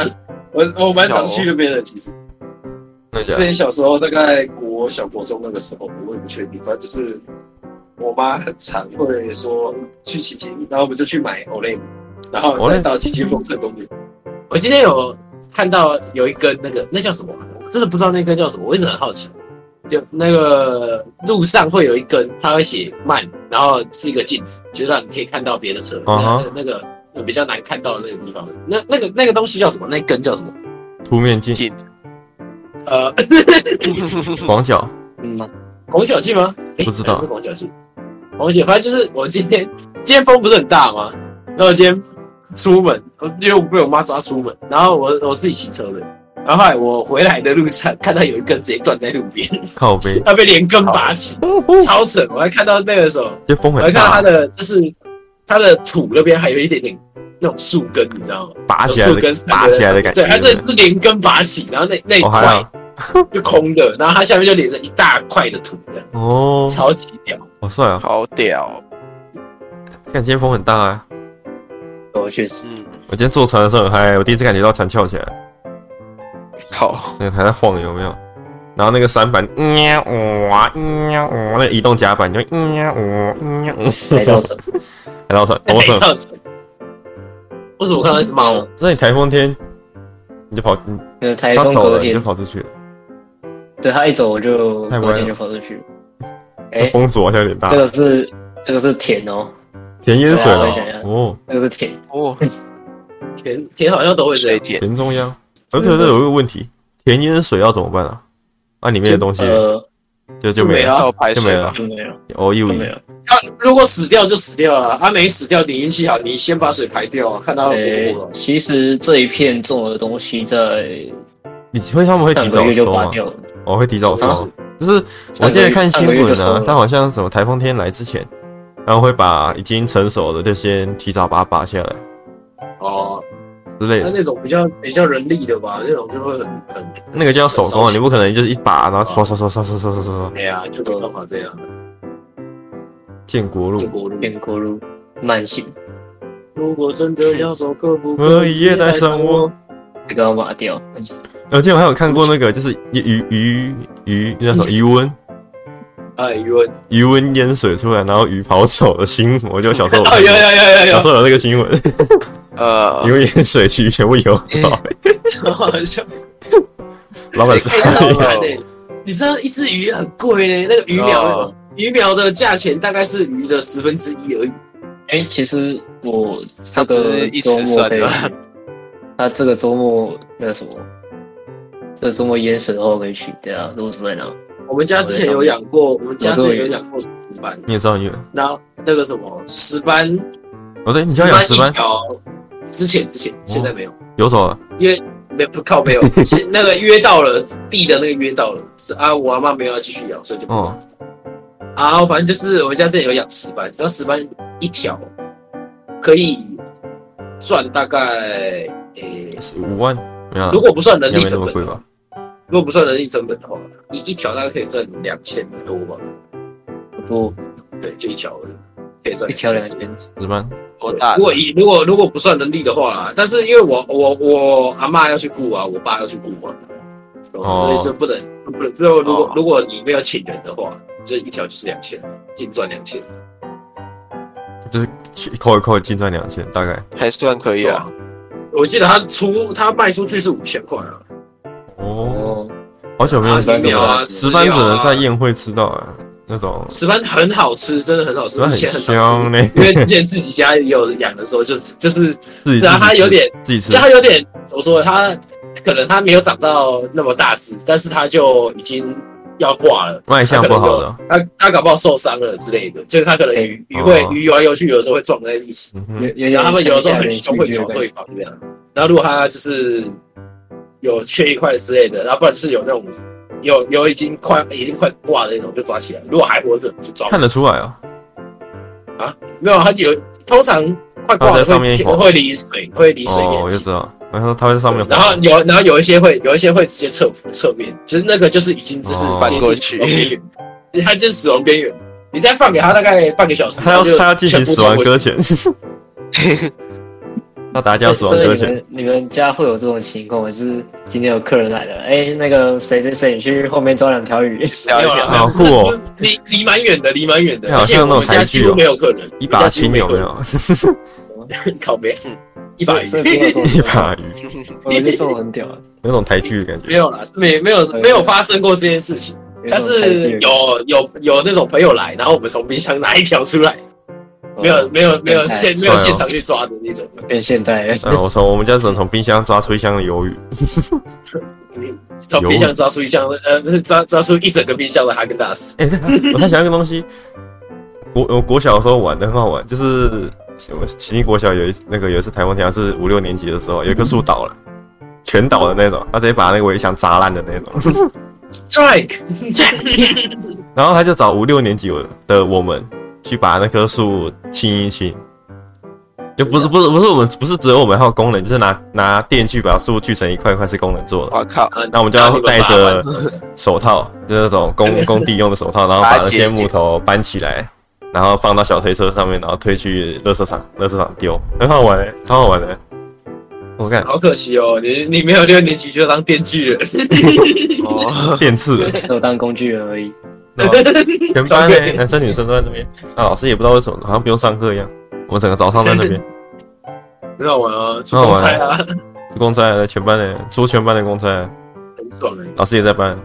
A: 我我蛮常去那边的，其实。
B: 那
A: 之前小时候大概国小国中那个时候，我也不确定，反正就是我妈很常会说去骑骑，然后我们就去买 Olay，然后再到七七风车公园。我今天有看到有一根那个那叫什么啊，我真的不知道那根叫什么，我一直很好奇。就那个路上会有一根，它会写慢，然后是一个镜子，就让你可以看到别的车。
B: 啊哈
A: 那那个比较难看到的那个地方，那那个那个东西叫什么？那根叫什么？
B: 凸面镜、
D: 进
A: 呃，
B: 广角，
C: 嗯吗？
A: 广角镜吗？诶
B: 不知道
A: 好像是广角镜。广角，反正就是我今天今天风不是很大吗？然后我今天出门，我因为我被我妈抓出门，然后我我自己骑车的，然后后来我回来的路上看到有一根直接断在路边，
B: 靠背，
A: 它被连根拔起，超扯！我还看到那个什么，
B: 这风
A: 我
B: 很
A: 还看到
B: 大
A: 它，的就是它的土那边还有一点点那种树根，你知道吗？
B: 拔
A: 有
B: 起来
A: 树根
B: 的，拔起来的感觉。
A: 对，它这是连根拔起，然后那那一
B: 哦，还
A: 块
B: 有
A: 就空的，然后它下面就连着一大块的土的，
B: 哦，
A: 超级屌。
B: 好帅啊！
D: 好屌，
B: 看今天风很大啊！
C: 哦，确实，
D: 嗯，
B: 我今天坐船的时候很嗨，我第一次感觉到船翘起来，
D: 好，
B: 那个还在晃，有没有？然后那个舢板，喵哇喵哇，那个移动甲板就喵哇喵哇，
C: 来到这，
B: 海盗
A: 哦
B: 船，awesome！
A: 哎为什么我看到一只猫？
B: 那你台风天你就跑，你
C: 就是台
A: 哎
B: 他
C: 风
B: 走
C: 隔
B: 了你
C: 天
B: 就，跑出去了，
C: 对他一走我就
B: 太歪了
C: 隔天就跑出去。哎、
B: 那风阻好像有点大
C: 这。个是这个是田哦，
B: 田烟水
C: 对啊我也想要
B: 哦，
C: 这个是田，
D: 哦，
A: 田田好像都会这
D: 水
A: 样，
D: 田
B: 田中央。而且这有一个问题，田烟水要怎么办啊？那里面的东西
C: 呃，
B: 就就
A: 就没
B: 没
A: 了
D: 要排
B: 就没
D: 水
B: 了
D: 吧，
C: 就没有，
B: 哦，义务
C: 就
B: 役
C: 没有，
A: 它啊如果死掉就死掉了，啊没死掉，你运气好，你先把水排掉啊，看它会
C: 哎
A: 复活了。
C: 其实这一片种的东西在
B: 你会他们会提
C: 上个
B: 早
C: 月就
B: 收
C: 拔
B: 吗？
C: 掉了。
B: 哦，会提早
A: 是
B: 收，就是我记得看新闻啊，他好像什么台风天来之前，然后会把已经成熟的就先提早把它拔下来
A: 哦，
B: 之类
A: 那
B: 的。
A: 那种比较比较人力的吧，那种就会很很
B: 那个叫手工啊，你
A: 不
B: 不可能就是一把，然后刷刷刷刷刷刷刷刷，
A: 对啊，就没办法这样。
B: 建国路
A: 中国路，
C: 变过路慢行，
A: 如果真的要走，可不
B: 可
A: 可
B: 以
A: 以
B: 也带上我？
C: 这个要拔掉。
B: 我记得我还有看过那个，就是鱼鱼鱼那什么鱼温
A: 哎，余文，
B: 鱼温淹水出来，然后鱼跑走的新闻，我就小时候有
A: 哦，有哦有有有
B: 小时
A: 有，
B: 候有那个新闻，
D: 呃
B: 鱼，温淹水去全部游到，
A: 超好笑，哎
B: 老板说
A: 太脑残嘞！你知道一只鱼很贵嘞，那个鱼苗
D: 哦
A: 鱼苗的价钱大概是鱼的十分之一而已。
B: 嗯
C: 哎、其实我这
D: 它不
C: 个
D: 是一
C: 周
D: 时
C: 末
D: 算
C: 可以
D: 的
C: 去，他这个周末那什么，这个周末淹水的话我可以去，对啊，如果什么呢？
A: 我们家之前有养过，我们家之前有养过石斑，
B: 你也知道你，
A: 然后那个什么石斑，
B: 哦对，你
A: 石
B: 家养
A: 斑
B: 石
A: 一
B: 斑哦
A: 条，之前之前现在没有，
B: 游走了，
A: 没不靠 没有，现那个约到了地的那个约到了，是啊，我阿妈没有要继续养，所以就不
B: 哦，
A: 啊，反正就是我们家之前有养石斑，只要石斑一条可以赚大概诶、
B: 五万没有啊
A: 如，果不算人
B: 应该
A: 力
B: 没那
A: 成
B: 么
A: 本
B: 贵
A: 的
B: 吧
A: 话，？如果不算人力成本的话，一一条大概可以赚两千多吧，
C: 不过
A: 对，就一条而已，可以赚
C: 一条两
A: 千多。
C: 千，
B: 值班
D: 多大
A: 如？果一如果如果不算能力的话啦，但是因为我我我阿妈要去雇啊，我爸要去雇啊，
B: 哦
A: 所以就不能不能。如果如果
D: 哦
A: 如果你没有请人的话，这一条就是两千，净赚两千，
B: 去扣一扣，净赚两千，大概
D: 还算可以啊
A: 对
D: 啦
A: 吧，？我记得他出他卖出去是五千块啊，
B: 哦，
C: 哦，
B: 好久没有
A: 啊
B: 吃
C: 石
B: 过
C: 榴
B: 了，
A: 啊
B: 石斑只
A: 石榴
B: 能
A: 啊
B: 在宴会吃到啊，那种
A: 石斑很好吃，真的很好吃，
B: 石斑
A: 以
B: 很
A: 前很常
B: 香
A: 吃。
B: 嘞，
A: 因为之前自己家有养的时候，就是就是，
B: 自己
A: 只要它
B: 自己
A: 啊有
B: 吃
A: 点
B: 自己吃
A: 就，它有点，我说它可能它没有长到那么大只，但是它就已经要挂了。
B: 卖相不好的，
A: 他他搞不好受伤了之类的，就是他可能鱼鱼会
B: 哦
A: 鱼游来游去，有的时候会撞在一起，
B: 嗯
C: 有
B: 哼，
C: 有
A: 然
C: 点
A: 后他们有的时候
C: 像
A: 很凶会
C: 像
A: 咬
C: 有
A: 对
C: 点
A: 方这样。然后如果他就是有缺一块之类的，然后不然就是有那种有有已经快已经快挂的那种就抓起来，如果还活着就抓。
B: 看得出来哦，
A: 没有？他有通常快挂
B: 它
A: 的
B: 在上面
A: 会
B: 滑
A: 会离水会离水
B: 哦，
A: 面
B: 我就
A: 近
B: 知，道，然后它会在上面
A: 然
B: 滑
A: 后，有然后有一些会有一些会直接侧侧面，就是那个就是已经就是
B: 哦
A: 接近死亡边缘，他就是死亡边缘。你再放给他大概半个小时，
B: 它要
A: 就
B: 它要进行
A: 全部
B: 死
A: 都
B: 亡
A: 会
B: 搁浅， 他打架死亡
C: 所
B: 搁
C: 以 你
B: 浅，
C: 们你们家会有这种情况吗？就是今天有客人来了，哎、那个谁谁谁，你去后面抓两条鱼。
D: 聊一
A: 没有
D: 聊
A: 啦
B: 好酷哦，
A: 离离蛮远的，离蛮远的，
B: 好
A: 而且
B: 像那种
A: 我们
B: 台
A: 家
B: 剧
A: 几乎
B: 哦
A: 没有客人，
B: 一
A: 我们
B: 把
A: 家几乎
B: 青
A: 没
B: 有
A: 客
B: 没
A: 人
B: 有？
A: 靠边，一把
C: 对，
A: 鱼
C: 所以不要做
B: 一把鱼，
C: 我觉得这种很 屌啊，
B: 有种台剧的感
A: 没
B: 觉。
A: 有啦，是没没有没有发生过这件事情，但是有有有那种朋友来，然后我们从冰箱拿一条出来，没有
C: 哦
A: 没有没有现没有
B: 哦
A: 现场去抓的那种，
C: 变现代了，
B: 然后啊我从我们家只能从冰箱抓出一箱的鱿鱼，
A: 从冰箱抓出一箱呃 不是抓抓出一整个冰箱的哈根达斯，
B: 哎、 我太想要一个东西。国我国小的时候玩的很好玩，就是我奇尼国小有一那个有一次台风天，好像是五六年级的时候，有一棵树倒了，全倒的那种，他直接把那个围墙砸烂的那种。
A: strike，
B: 然后他就找五六年级的我们去把那棵树清一清，就不是不是不是我们不是只有我们还有工人，就是拿拿电锯把树锯成一块一块是工人做的。
D: 我靠，
A: 啊
B: 那我们就
A: 然后
B: 要
A: 你把
B: 戴
A: 它玩
B: 着手套，就是那种工工地用的手套，然后把那些木头搬起来，然后放到小推车上面，然后推去垃圾场，垃圾场丢，很好玩、欸，超好玩的、我看
A: 好可惜哦，你你没有六年级就当电锯人，
D: 哦，
B: 电刺的，
C: 只有当工具人 而已。
B: 然后全班呢、男生女生都在那边，那老师也不知道为什么，好像不用上课一样。我们整个早上在那边
A: 很好玩哦，出公差啊，
B: 出公差，全班的、出全班的公差，
A: 很爽哎，
B: 老师也在班。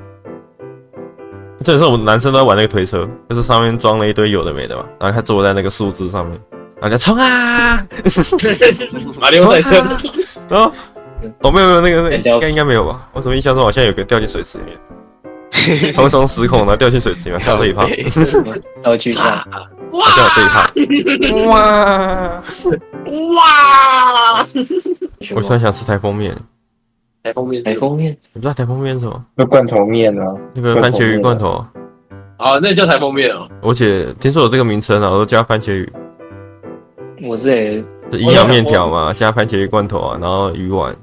B: 这也是我们男生都在玩那个推车，就是上面装了一堆有的没的嘛，然后他坐在那个树枝上面，然后就冲啊！
A: 马里奥赛车，
B: 然后哦，没有没有，那个那个
C: 很屌
B: 应该应该没有吧？我怎么印象中好像有个掉进水池里面，重重失控，然后掉进水池里面，跳这一 趴，
D: 对
C: 然后去一下，
B: 跳这一趴， 哇！
A: 哇，
B: 我突然想吃台风面，
A: 台风面
C: 台
A: 是
C: 风面，
B: 你知道台风面是什么？
E: 那罐头面啊，
B: 那个番茄鱼罐头，啊
A: 哦，那叫台风面哦，
B: 我姐听说有这个名称啊，我都加番茄鱼，
C: 我这也，
B: 是营养面条嘛，加番茄鱼罐头啊，然后鱼丸，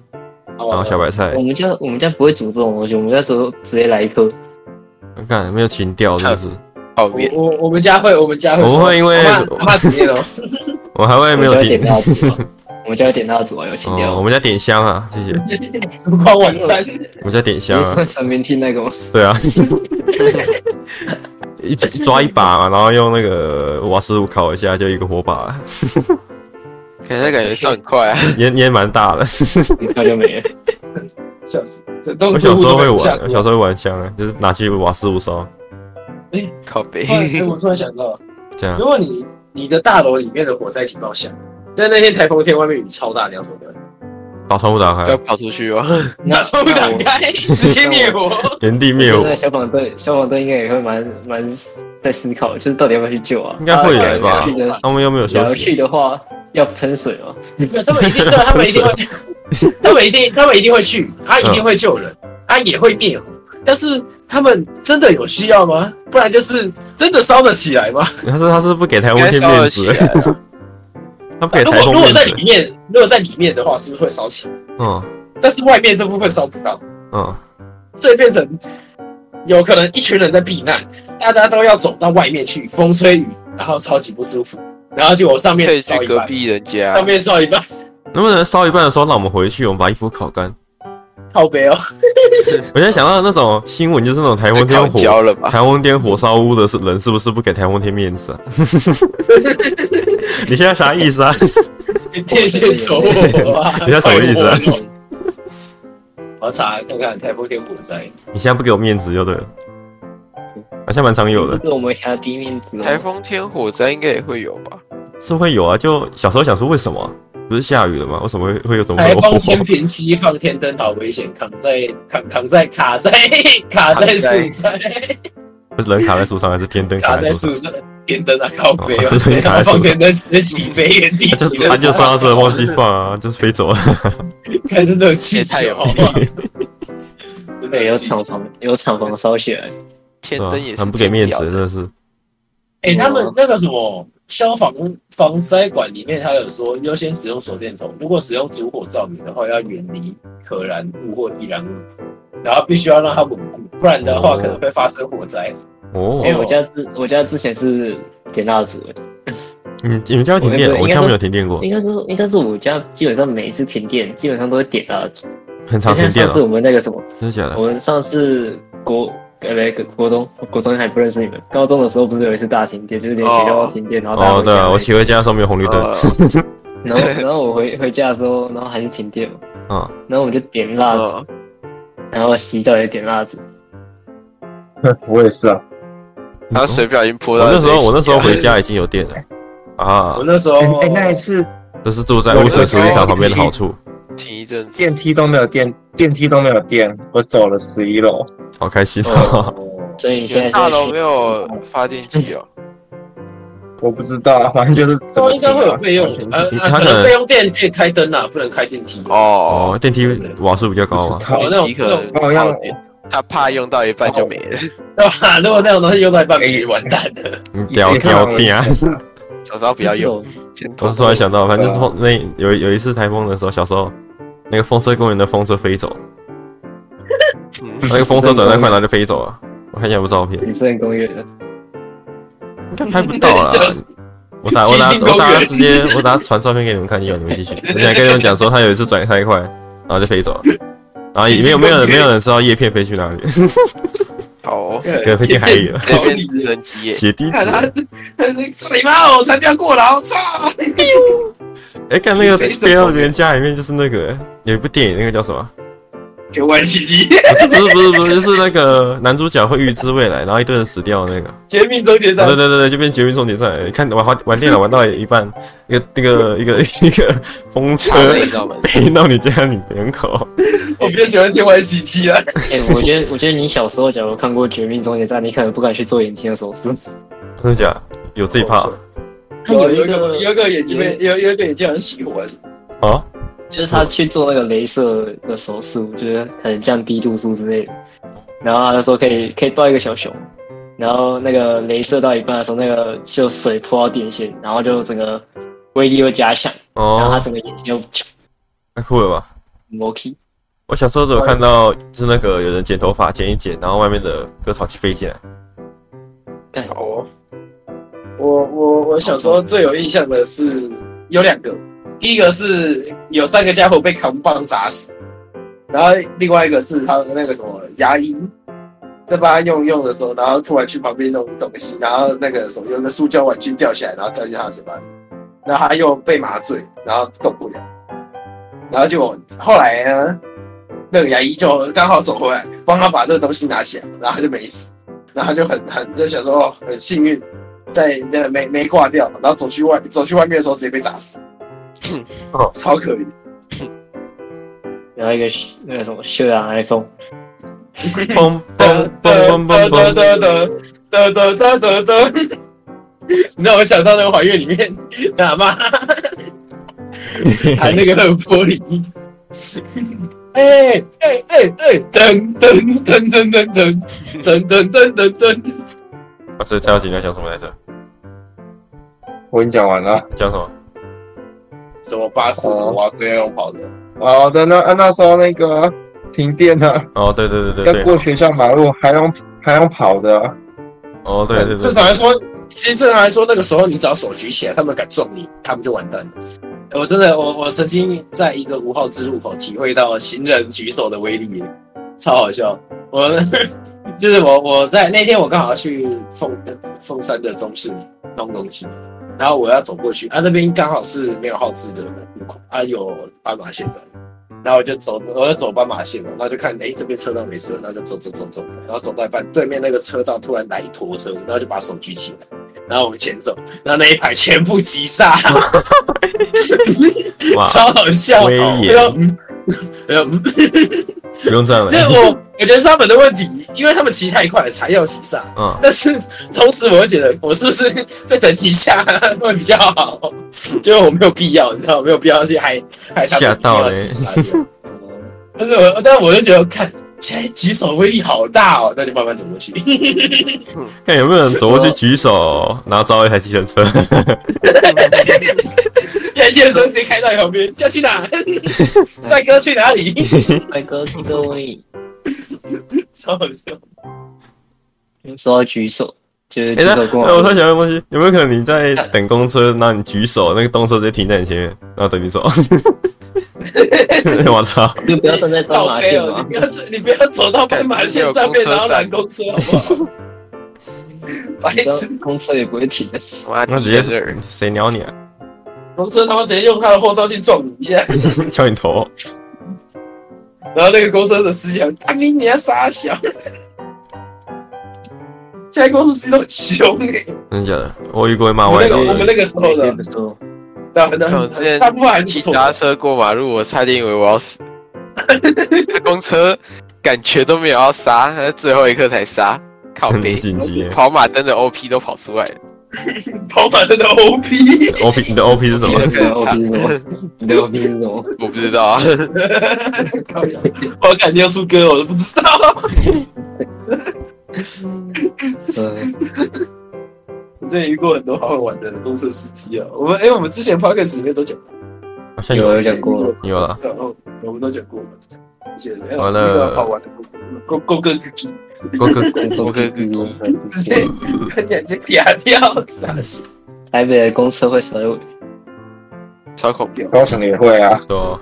A: 好
B: 然后
A: 玩
B: 小
A: 哦，
B: 白菜
C: 我，们家我们家不会煮这种东西，我们家只有直接来一颗，
B: 看没有情调，真的是。
D: 泡
A: 我
D: 面，
A: 我我们家会，我们家会
B: 我
A: 什么，
B: 会因为
A: 怕煮面哦，
B: 我还会
C: 我
B: 没
C: 们家
B: 有
C: 会
B: 停
C: 点蜡烛啊， 我们家会点蜡烛啊，有情
B: 哦，
C: 调
B: 我。们家点香啊，谢谢，
A: 烛光晚餐，
B: 我们家点
C: 你
B: 香
C: 是
B: 啊
C: 说，三明治那个吗？
B: 对啊，一抓一把嘛，然后用那个瓦斯炉烤一下，就一个火把，
D: 可是他感觉上很快啊，
B: 烟烟蛮大的。
C: 很快就没 了。
A: 笑死，整栋
B: 我
A: 住
B: 小
A: 户
B: 时
A: 都
B: 候会
A: 被
B: 玩，
A: 吓
B: 我
A: 死
B: 小时候会玩香啊，就是拿去瓦斯炉烧，
D: 靠背
A: 突，然，哎我突然想到，
B: 这样
A: 如果你你的大楼里面的火灾警报响，但那天台风天外面雨超大，你要怎么办？
B: 把窗户打
D: 要
B: 开，
D: 跑出去哦，
A: 把窗户打
C: 那我
A: 开，直接灭火。
B: 原地灭火
C: 那，消防队，消防队应该也会蛮蛮在思考，就是到底要不要去救啊？
B: 应该会来
A: 啊
B: 吧
C: 记？得
B: 他们又没有
C: 你要
B: 休息，
C: 去的话，要喷水哦吗？
A: 没 有他们一定，对，他们一定会，他们一定，他们一定会去，他一定会救人，
B: 嗯
A: 他也会灭火，但是。他们真的有需要吗？不然就是真的烧得起来吗？
B: 他是他是不给台
D: 应
B: 风
D: 该
B: 天
D: 烧
B: 面
D: 得起
B: 子，
D: 来啊，
B: 他不给
A: 如
B: 台
A: 果
B: 风
A: 如果
B: 面
A: 在
B: 子
A: 里，面，如果在里面的话，是不是会烧起来？
B: 嗯
A: 但是外面这部分烧不到，
B: 嗯，
A: 所以变成有可能一群人在避难，大家都要走到外面去，风吹雨，然后超级不舒服，然后结果上面
D: 可以
A: 烧
D: 去
A: 一
D: 隔
A: 半，
D: 壁人家
A: 上，面烧一半，
B: 能不能烧一半的时候让我们回去，我们把衣服烤干？
A: 靠北 哦，
B: 我现在想到那种新闻，就是那种台风天
D: 烤
B: 火。
D: 焦了 吧？
B: 台风天火烧屋的是人，是不是不给台风天面子啊？ 你现在啥意思啊？
A: 电线走火啊
B: ！你在什么意思啊
A: 快火？ 我查看看台风天火 灾，
B: 你现在不给我面子就对了，好像蛮常有的，
C: 这是我们辖低面子哦。
D: 台风天火灾应该也会有吧？是
B: 是会有啊。就小时候想说为什么啊不是下雨了吗？为什么会会有怎么会
A: 台风
B: 有
A: 天平息放天灯，好危险，扛在扛扛在 卡在卡在树上，
B: 不是人卡在树上还是天灯
A: 卡
B: 卡
A: 在
B: 在树上？
A: 树上。天灯啊，靠北
B: 哦
A: 哦！谁
B: 卡在
A: 要
B: 树上
A: 放天灯直接起飞原地
B: 他就
A: 起飞？
B: 他就抓到这忘记放啊，就是飞 走了。
A: 看真的有气
D: 也太
A: 球
D: 有，
A: 真的
C: 对，有
A: 有气
C: 厂
A: 球。
C: 房，有厂房烧起来，
B: 对
D: 天
B: 吧
D: 灯也是
B: 很不给面子，
D: 天
B: 真
D: 亮的，
B: 的是。
A: 哎、他们那个什么消防防灾馆里面，他有说优先使用手电筒，如果使用烛火照明的话，要远离可燃物或易燃物，然后必须要让它稳固，不然的话
B: 哦
A: 可能会发生火灾。
B: 哦
C: 因，为我家之我家之前是点蜡烛的，
B: 你你们家有停电？
C: 我
B: 我
C: 应该
B: 家
C: 说
B: 没有停电过，
C: 应该说应该是我家基本上每一次停电，基本上都会点蜡烛。
B: 很常
C: 像
B: 停电
C: 上
B: 啊
C: 次，我们那个什么，
B: 真的假的？
C: 我们上次国呃那个国中国中还不认识你们，高中的时候不是有一次大停电，就是连学校都停电，然后大家
B: 哦，
C: 回
B: 对
C: 家
B: 啊，我骑回家的时候没有红绿灯，
D: 呃，
C: 然后然后我回回家的时候，然后还是停电嘛，
B: 啊，
C: 然后我就点 蜡烛，
D: 嗯，
C: 然后洗澡也点蜡烛，
E: 我也是啊，
B: 呃
D: 他水不小心泼
B: 嗯我
D: 到
B: 那时候
D: 自己
B: 我那时候回家已经有电了啊
A: 我，那时
E: 哎、
A: 候
E: 哎那一次
B: 这是住在污水处理厂旁边的好处，
D: 停一阵子，
E: 电梯都没有电，电梯都没有电，我走了十一楼，
B: 好开心啊！
A: 哦
C: 所以你
D: 你
C: 现在
D: 们
C: 是
D: 大
C: 在
D: 楼没
C: 学
D: 有发电机哦，
E: 我不知道啊，反正就是怎么
A: 哦应该会有备用
E: 停
A: 的，
E: 啊
A: 呃
B: 全是
A: 呃，
B: 他
A: 可
B: 可
A: 能
B: 能
A: 备用电可以开灯啊，不能开电梯。
D: 哦
B: 哦，，电梯瓦数比较高嘛
E: 不知，道
A: 哦，那
D: 电
A: 种
D: 梯可
A: 那种
D: 能
E: 哦要
D: 耗电，他怕用到一半就没了，
A: 对吧？ 如果那种东西用到一半没完蛋的，
B: 你屌屌嗯电啊！
D: 小时候不要用，先
B: 我
D: 泼
B: 是突然想到，反正就是风那有有一次台风的时候，小时候那个风车公园的风车飞走，
D: 嗯
B: 那个风车转太快，然后就飞走了。我看一下有没有照片，
C: 你是很公园的，
B: 应该拍不到
A: 笑
B: 啦
A: 死。
B: 我打我打我打直接我打传照片给你们看，要你们继续。我想跟你们讲说，他有一次转太快，然后就飞走了。然后也没有没有人没有人知道叶片飞去哪里，
D: 好哦，
B: 可能飞进海里了。
D: 这边直升机耶，
B: 血滴子，
A: 看他他是操你妈！我才不要过劳，操！
B: 哎，看那个飞到别人家里面就是那个有一部电影，那个叫什么？
A: 全玩奇迹，
B: 不是不是不是，就是那个男主角会预知未来，然后一堆人死掉的那个。
A: 绝命终结
B: 啊
A: 战
B: 对。对对对，就变绝命终结战。看玩玩玩电脑玩到一半，一个那个一个一个风车
D: 你知道吗？
B: 飞到你家里门口，
A: 我比较喜欢天玩喜七啊，
C: 哎、我觉得我觉得你小时候假如看过《绝命终结站》，你可能不敢去做眼睛的手 术。
B: 真的假的？有这一趴
A: 哦
C: 他有一
A: 一个
C: 个，
A: 有一个眼睛被有有一个眼睛好像起火还是什么，
B: 啊？
C: 就是他去做那个镭射的手术，就是可能降低度数之类的。然后他就说可以可以抱一个小熊，然后那个镭射到一半的时候，那个就水泼到电线，然后就整个威力又加强，然后他
B: 哦，
C: 整个眼睛又
B: 太酷了吧！
C: 磨皮。
B: 我小时候都有看到，就是那个有人剪头发剪一剪，然后外面的割草机飞 进来，
D: 好哦，
A: 我我我小时候最有印象的是有两个，第一个是有三个家伙被扛棒砸死，然后另外一个是他的那个什么牙医在帮他用用的时候，然后突然去旁边弄东西，然后那个什么有一个塑胶玩具掉下来，然后掉进他的嘴巴里，然后他又被麻醉，然后动不了，然后就后来呢，那个牙医就刚好走回来，帮他把这个东西拿起来，然后他就没死，然后他就很很就想说哦很幸运。在那没没挂掉，然后走去外走去外面的时候直接被砸死， 超可怜。
C: 然后一个那个什么血染 iPhone，
B: 嘣
A: 噔
B: 嘣嘣嘣嘣
A: 噔
B: 嘣，
A: 噔噔噔噔噔噔，你让我想到那个怀乐里面他阿妈弹那个很玻璃， 哎哎哎哎噔噔噔噔噔噔噔噔噔噔噔，
B: 啊所以蔡耀廷在讲什么来着？
E: 我已经讲完了。
B: 讲什么？
A: 什么巴士什么挖龟要跑的，
E: 哦，对，那啊那时候那个停电了，
B: 哦，对对对对
E: 要过
B: 对，
E: 学校马路，还用还用跑的，
B: 哦对对对，
A: 正常来说，其实正常来说，那个时候你只要手举起来，他们敢撞你，他们就完蛋了。我真的，我我曾经在一个五号之路口体会到行人举手的威力，超好笑。我 就是我我在那天我刚好去凤凤山的中市弄东西，然后我要走过去啊，那边刚好是没有号志的路口啊，有斑马线的。然后我就走，我就走斑马线了，然后就看，哎，这边车道没车，然后就走走走走，然后走到一半，对面那个车道突然来一拖车，然后就把手举起来，然后往前走，然后那一排全部急刹，
B: 哇，
A: 超好笑，
B: 威严
A: 然后嗯，然后嗯
B: 不用这样了
A: 这，我我觉得是他们的问题，因为他们骑太快了，才要急刹，
B: 嗯，
A: 但是同时我又觉得，我是不是再等一下 会比较好？就是我没有必要，你知道，我没有必要去害害他
B: 吓
A: 们
B: 到
A: 一定要自杀这样。但是我，但我就觉得，看现在举手威力好大哦，那就慢慢走过去。
B: 看有没有人走过去举手，然后招一台计程 车，
A: 杨先生直接开到你旁边，要去哪？ 帅哥去哪里？
C: 帅哎哥去各位，
A: 超好笑。
C: 说要举手，就是举
B: 哎、那
C: 手过
B: 那我突
C: 来。
B: 然想到一个东西，有没有可能你在等公车，那你举手，那个动车直接停在你前面，然后等你 走？ 我操！
C: 就不要站在 斑
A: 好
C: 马
A: 悲
C: 线
A: 哦！
C: 嘛
A: 你，不要，你不要走到斑马线上面，然后拦公车，好 不好？白
C: 你知
A: 痴！
C: 道公车也不会停的。
D: 妈
B: 那
D: 的，
B: 直接谁鸟你啊？
A: 红车他妈直接用他的后照镜撞你一下，
B: 敲你头，
A: 然后那个公车的司机还干你你要傻小，现在公司司机都很凶哎、
B: 真的假的？我遇过会骂
A: 我
B: 外
A: 们那个
B: 劳
A: 我们
B: 的，
A: 那个时候的
C: 不，错，
A: 大很
D: 我之前
A: 很大部分还是
D: 骑
A: 不错
D: 搭
A: 的，
D: 车过马路，我差点以为我要死。公车感觉都没有要刹，他最后一刻才刹，靠
B: 很
D: 背。
B: 紧急耶。
D: 跑马灯的 OP 都跑出来了，
A: 跑马灯的 OP，
B: OP 你的 OP 是什么
D: 你？的
C: 你的 OP
D: 更
C: 是什
D: 惨，
C: 么？你的 OP 是什么？
D: 我不知道啊。
A: 靠呀 我肯定要出歌，我都不知道。
C: 嗯，
A: 我之前遇过很多好好玩的公车司机啊，我们哎、我们之前 podcast 里面都讲过，
B: 好像
C: 有
B: 有
C: 有讲过了，
B: 有了，
A: 然后我们都讲过嘛，而且没有
B: 完
A: 遇
B: 了
A: 到好玩的勾勾勾勾勾。
B: 郭哥
D: 我可以
A: 直 接看起来直接撇掉，傻笑。
C: 台北的公车会少一
D: 超恐怖！
E: 高层也会啊，
B: 说，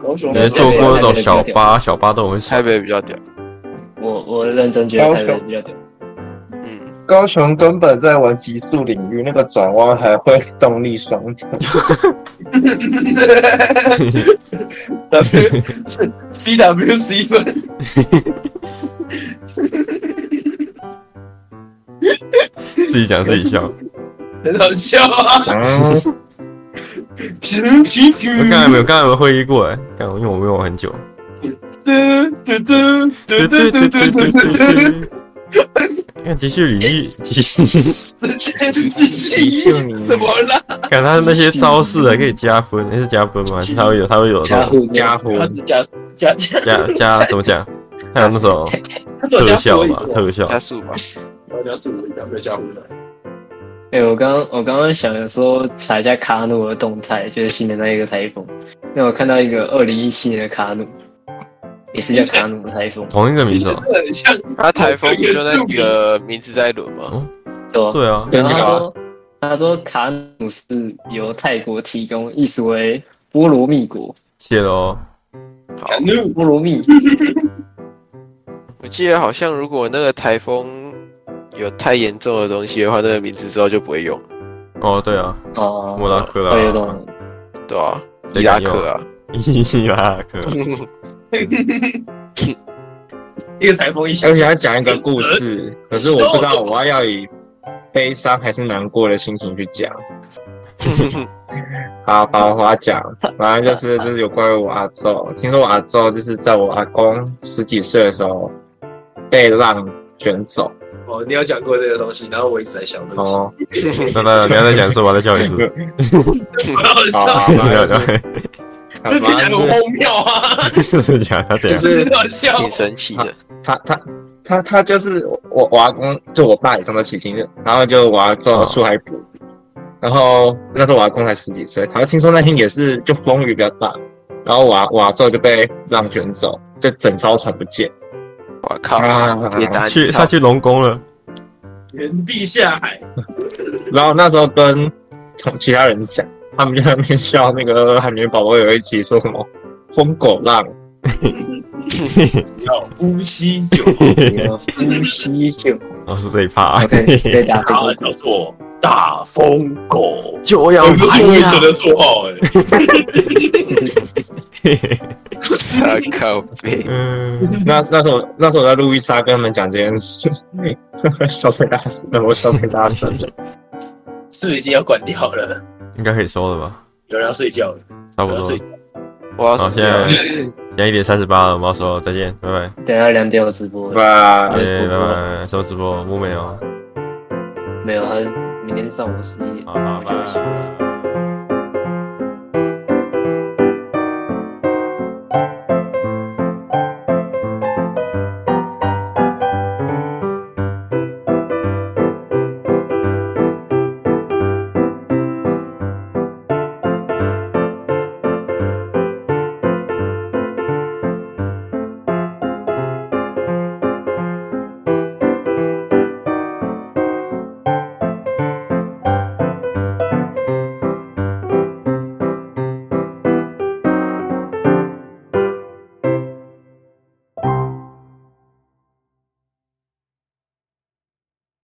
A: 高雄
B: 你
A: 的
B: 还
A: 时
B: 坐
A: 候
B: 过那种小巴，小巴都很会
D: 台
B: 闪，
D: 北比较屌，
C: 我我认真觉得台北比较屌，
D: 嗯，
E: 高雄根本在玩极速领域，那个转弯还会动力双
A: 啊
E: 跳，
A: W C W C 分，
B: 自己讲自己笑。
A: 很好笑啊！
E: 嗯，
A: 皮皮皮，
B: 我刚才没有，刚才没会议过哎，刚因为我没有玩很久。
A: 嘟嘟嘟嘟嘟嘟嘟嘟嘟
B: 看继续履历，继续
A: 嘟，继续怎么了？
B: 看他那些招式还可以加分，那是加分吗？还是他会有，他会有
C: 加
B: 那种
C: 户
E: 家伙，
A: 他只加加加，
B: 加加怎么讲？还有那种
A: 他只有
B: 特
A: 加
B: 效
A: 所以，
B: 嘛，特效
D: 加速吧，
A: 我加四五一没有加五的。
C: 哎、我刚我刚刚想的时候查一下卡努的动态，就是新的那一个台风。那我看到一个二零一七年的卡努，也是叫卡努台风，
B: 同一个名字哦。
A: 很像
D: 他台风不就那几个名字在轮吗？
C: 对吧？
B: 对啊，
C: 然后他说他说卡努是由泰国提供，意思为波罗蜜国，
B: 谢喽。
D: 好，
A: 卡努，
C: 波罗蜜
D: 我记得好像如果那个台风有太严重的东西的话，那个名字之后就不会用，
B: 哦，对啊，
C: 哦，
B: 莫拉克
C: 哦有
B: 啦，
C: 懂，
D: 对啊，
B: 对
D: 伊拉克啊，
B: 伊拉克，
A: 一个台风一起
E: 而，且他讲一个故事，
A: 哎
E: 可是我不知道我要要以悲伤还是难过的心情去讲。好，把我话讲，反正就是就是有关于我阿昼。听说我阿昼就是在我阿公十几岁的时候被浪卷走。
A: 哦，你有讲过这个东西，然后我一直在想东西，
E: 哦，
B: 那那你要再讲一次，我要再笑一 次。
A: 好
E: 好，
A: 笑，
E: 好
B: 不要
E: 反正
B: 笑，
A: 这听起来很
E: 就是反正就是
A: 荒谬啊，
B: 就是讲他怎
E: 就
B: 样？
E: 是
A: 很好笑。
D: 挺神奇的。
E: 他他他他就是我我阿公，就我爸也上到骑行，然后就我阿做树海补，然后那时候我阿公才十几岁，好像听说那天也是就风雨比较大，然后我阿我阿昼就被浪卷走，就整艘船不见
D: 我靠，
E: 啊
D: 铁打
B: 去他去龙宫 了，
A: 原地下海，
E: 然后那时候跟同其他人讲，他们就在那边笑那个海绵宝宝有一集说什么疯狗浪，
A: 要呼吸酒。
C: 呼吸 酒
B: 老哦师这一趴。
C: ，OK，再打这
A: 他
C: 首
A: 叫做大疯狗，
B: 就要
A: 这不是魏晨的绰号哎、
D: 他靠背，
B: 嗯，
E: 那那时候那时候我在路易莎跟他们讲这件事，笑太大声了，我笑太大声了。
A: 是不是已经要关掉了？
B: 应该可以收了吧？
A: 有人要睡觉了，
B: 差
A: 有
B: 不
A: 人要。
B: 多
A: 睡觉。
D: 我要
B: 好，
D: 死
B: 现在
D: 掉了
B: 现在一点三十八了，我们要说再见，拜拜，
C: 等一下两点有直播，
E: 哇，
B: 耶，拜拜，收直播，木美哦，
C: 呃没有，他明天上午十一，
B: 好，好，拜
C: 我就
B: 拜。